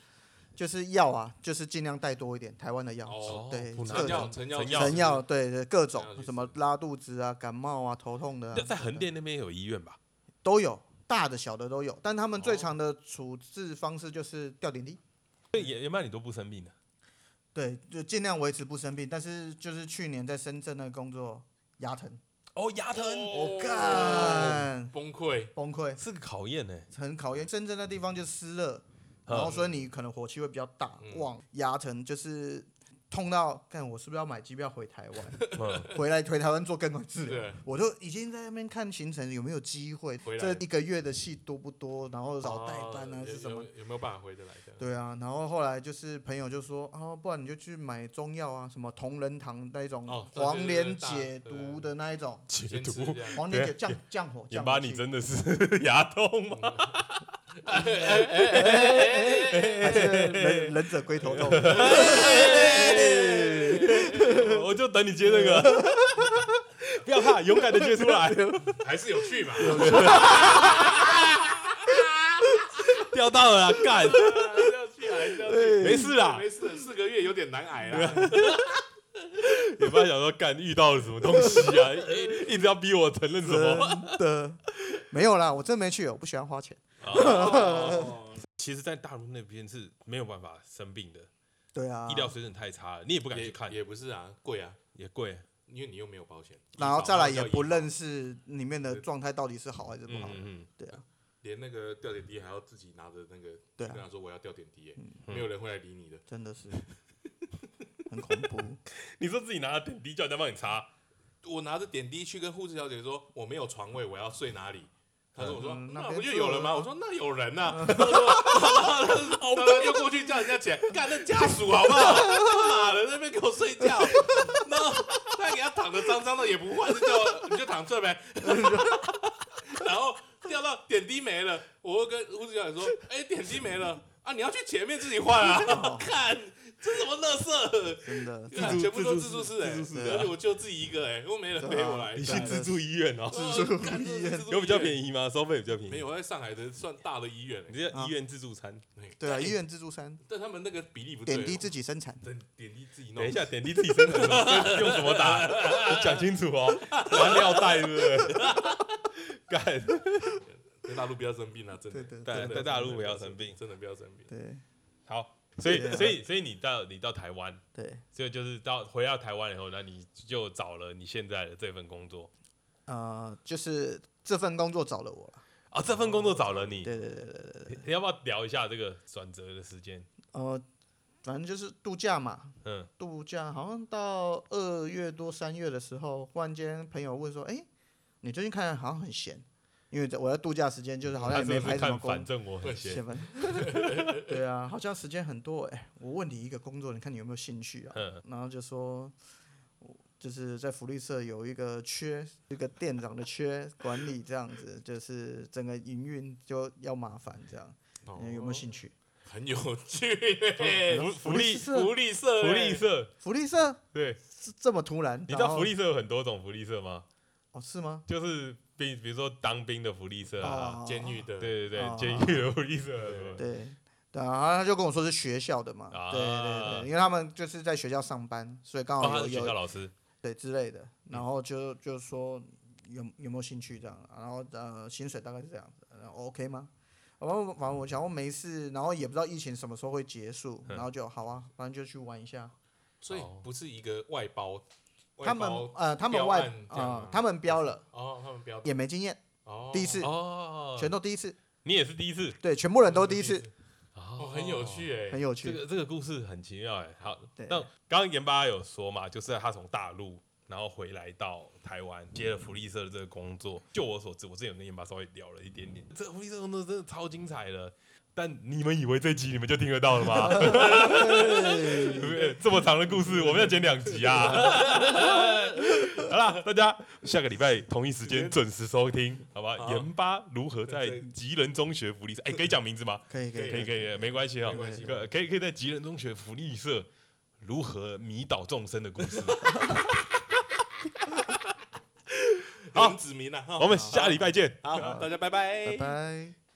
Speaker 1: 就是药啊，就是尽量带多一点台湾的药，
Speaker 4: 哦
Speaker 1: 对
Speaker 2: 普
Speaker 1: 这
Speaker 2: 拿
Speaker 1: 个
Speaker 2: 药、
Speaker 4: 成药
Speaker 2: 药
Speaker 1: 成药，对对，各种
Speaker 4: 还有就是
Speaker 1: 什么拉肚子啊、感冒啊、头痛的啊
Speaker 2: 那，在横
Speaker 1: 等等
Speaker 2: 店那边有医院吧？
Speaker 1: 都有，大的小的都有，但他们最
Speaker 2: 哦
Speaker 1: 常的处置方式就是吊点滴。
Speaker 2: 对，也也罢，你都不生病的。
Speaker 1: 对，就尽量维持不生病。但是就是去年在深圳那个工作，牙疼，
Speaker 2: 哦，牙疼，
Speaker 4: 哦
Speaker 1: 干、干
Speaker 4: 崩溃，
Speaker 1: 崩溃，
Speaker 2: 是个考验呢、
Speaker 1: 很考验。深圳那地方就湿热，
Speaker 2: 嗯
Speaker 1: 然后所以你可能火气会比较大，
Speaker 4: 嗯
Speaker 1: 旺牙疼就是痛到，看我是不是要买机票回台湾，
Speaker 2: 嗯，
Speaker 1: 回来回台湾做根管治疗
Speaker 4: 对。
Speaker 1: 我就已经在那边看行程有没有机会
Speaker 4: 回，来
Speaker 1: 这一个月的戏多不多，然后找代班啊
Speaker 4: 哦
Speaker 1: 是什么
Speaker 4: 有有有没有办法回得来的？
Speaker 1: 对啊，然后后来就是朋友就说，啊，不然你就去买中药啊，什么同仁堂那一种
Speaker 4: 哦对
Speaker 1: 黄
Speaker 4: 对对
Speaker 1: 连
Speaker 4: 大啊
Speaker 1: 解
Speaker 4: 对
Speaker 1: 毒的那一种，
Speaker 2: 解
Speaker 4: 先吃
Speaker 2: 毒
Speaker 4: 这。样，
Speaker 1: 黄连解降降火
Speaker 2: 盐
Speaker 1: 降
Speaker 2: 巴，
Speaker 1: 火
Speaker 2: 你
Speaker 1: 气，
Speaker 2: 真的是 牙痛吗？
Speaker 1: 还是忍忍者龟头痛，
Speaker 2: 我就等你接这个。 不要怕，勇敢的接出来，
Speaker 4: 还是有趣嘛。
Speaker 2: 钓到了啦，啊干，
Speaker 4: 还是要去，还是要去。
Speaker 2: 没事啦，
Speaker 4: 没事，四个月有点难挨啦。
Speaker 2: 也不要想说干遇到了什么东西啊，一一直要逼我承认什么。
Speaker 1: 真的没有啦，我真没去，我不喜欢花钱。
Speaker 4: 哦
Speaker 2: 其实，在大陆那边是没有办法生病的，
Speaker 1: 对啊
Speaker 2: 医，疗水准太差了，你也不敢去
Speaker 4: 也
Speaker 2: 看，
Speaker 4: 也不是啊，贵啊，
Speaker 2: 也贵。
Speaker 4: 因为你又没有保险，
Speaker 1: 然后再来也不
Speaker 2: 认。
Speaker 1: 认识里面的状态到底是好还是不
Speaker 2: 嗯
Speaker 1: 好。
Speaker 2: 嗯
Speaker 1: 对啊，
Speaker 4: 连那个吊点滴还要自己拿着那个，
Speaker 1: 对啊
Speaker 4: 跟他说我要吊点滴耶，没有人会来理你的。
Speaker 1: 真的是很恐怖。
Speaker 2: 嗯，你说自己拿了点滴叫人家帮你擦，
Speaker 4: 我拿着点滴去跟护士小姐说我没有床位，我要睡哪里？她说：“我说
Speaker 1: 嗯
Speaker 4: 那
Speaker 1: 那边
Speaker 4: 不就有人吗？”
Speaker 1: 住了
Speaker 4: 我说：“那有人呐。”她说：“好的，就过去叫人家起来，干那家属好不好？妈的，在那边给我睡觉，然后再给他躺的脏脏的也不换，就叫我你就躺这呗。然后掉到点滴没了，我会跟护士小姐说：‘哎，点滴没了啊，你要去前面自己换啊。’看这什么乐色。”
Speaker 1: 真 的，
Speaker 4: 对啊全部都自助式哎，
Speaker 2: 自助式
Speaker 1: 的
Speaker 4: 而且我就自己一个哎，因为没人陪我来。
Speaker 2: 你
Speaker 1: 对
Speaker 2: 去
Speaker 1: 啊
Speaker 2: 自助医院哦，
Speaker 4: 自助医院
Speaker 2: 有比较
Speaker 4: 宜？
Speaker 2: 便宜吗？收费比较便宜？
Speaker 4: 没有，，我在上海的算大的医院
Speaker 2: 你这叫医院自助餐。
Speaker 4: 哎。
Speaker 1: 对啊，医院自助餐
Speaker 4: 但他们那个比例不对哦，
Speaker 1: 点滴自己生产，
Speaker 4: 等点滴自己弄。
Speaker 2: 等一，下，点滴自己生产的， 用什么打？你讲清楚哦，拿尿袋是不是？干，
Speaker 4: 在大陆不要生病啊，真的。
Speaker 1: 对对
Speaker 2: 对
Speaker 4: 真的
Speaker 2: 在大陆不要生病
Speaker 4: 真的不要生病。
Speaker 1: 对
Speaker 2: 好，所以
Speaker 1: 对啊
Speaker 2: 所以所以你到你到台湾，
Speaker 1: 对，
Speaker 2: 所以就是到回到台湾以后，那你就找了你现在的这份工作
Speaker 1: 呃，就是这份工作找了我啦。
Speaker 2: 啊，这份工作找了你，
Speaker 1: 对对对对对，
Speaker 2: 你你要不要聊一下这个转折的时间？
Speaker 1: 呃，反正就是度假嘛，
Speaker 2: 嗯，
Speaker 1: 度假好像到二月多三月的时候，忽然间朋友问说：“哎、你最近看起来好像很闲，因为我在度假时间就是好像也没
Speaker 2: 他是不
Speaker 1: 排
Speaker 2: 是
Speaker 1: 什么
Speaker 2: 看
Speaker 1: 工
Speaker 2: 反，正我很闲，
Speaker 1: 闲 吧对啊，好像时间很多。哎、我问你一个工作，你看你有没有兴趣啊？
Speaker 2: 嗯，
Speaker 1: 然后就说，我就是在福利社有一个缺，一个店长的缺，管理这样子，就是整个营运就要麻烦这样。
Speaker 2: 哦
Speaker 1: 你有没有兴趣？
Speaker 4: 很有趣
Speaker 2: 哎
Speaker 4: 欸，
Speaker 2: 福福利
Speaker 1: 社
Speaker 4: 福利社，欸
Speaker 2: 福利。社，
Speaker 1: 福利社
Speaker 2: 对，
Speaker 1: 是这么突然？
Speaker 2: 你知道
Speaker 1: 然后
Speaker 2: 福利社有很多种福利社吗？
Speaker 1: 哦是吗？
Speaker 2: 就是比比如说当兵的福利社啊，
Speaker 1: 哦
Speaker 4: 监狱的，，
Speaker 2: 对对
Speaker 1: 哦
Speaker 2: 对，监狱的福利社啊什么的，
Speaker 1: 对。对啊，他就跟我说是学校的嘛，对对
Speaker 2: 啊
Speaker 1: 对，因为他们就是在学校上班，所以刚
Speaker 2: 哦，他
Speaker 1: 好有
Speaker 2: 是学
Speaker 1: 有
Speaker 2: 校老嗯师，
Speaker 1: 对之类的，然后就就说有有没有兴趣这样，然后呃薪水大概是这样子，然后 OK 吗？然后反正我想我没事，然后也不知道疫情什么时候会结束，
Speaker 2: 嗯
Speaker 1: 然后就好啊，反正就去玩一下。
Speaker 4: 所以
Speaker 2: 哦
Speaker 4: 不是一个外包，外
Speaker 1: 他们
Speaker 4: 包
Speaker 1: 呃他们
Speaker 4: 标
Speaker 1: 外
Speaker 4: 案这样
Speaker 1: 呃
Speaker 4: 吗
Speaker 1: 他们标了，
Speaker 4: 哦，他们不要
Speaker 1: 也没经验，
Speaker 4: 哦，
Speaker 1: 第一次
Speaker 2: 哦，
Speaker 1: 全都第一次，
Speaker 2: 你也是第一次，
Speaker 1: 对，全部人都第一次，
Speaker 4: 哦，
Speaker 2: 哦
Speaker 4: 很有。趣哎，
Speaker 1: 很有
Speaker 2: 这
Speaker 1: 趣。
Speaker 2: 个这个故事很奇妙哎，好，
Speaker 1: 对
Speaker 2: 那刚刚盐巴有说嘛，就是他从大陆然后回来到台湾，接了福利社的这个工作。就我所知，我之前有跟盐巴稍微聊了一点点，这福利社工作真的超精彩的。但你们以为这集你们就听得到了吗？对不对这么长的故事，我们要剪两集啊！好啦，大家下个礼拜同一时间准时收听，好吧？
Speaker 4: 好
Speaker 2: 盐巴如何在
Speaker 4: 对
Speaker 2: 吉人中学福利社？哎，可以讲名字吗？
Speaker 1: 可以可以
Speaker 2: 可
Speaker 1: 可
Speaker 2: 以
Speaker 1: 以，
Speaker 2: 可以，没关系啊，
Speaker 4: 没关系
Speaker 2: 可可以可以在吉人中学福利社如何迷倒众生的故 事。
Speaker 4: 好，指明了哈
Speaker 2: 我。们下礼拜见。
Speaker 4: 啊好，大家拜拜
Speaker 1: 拜拜。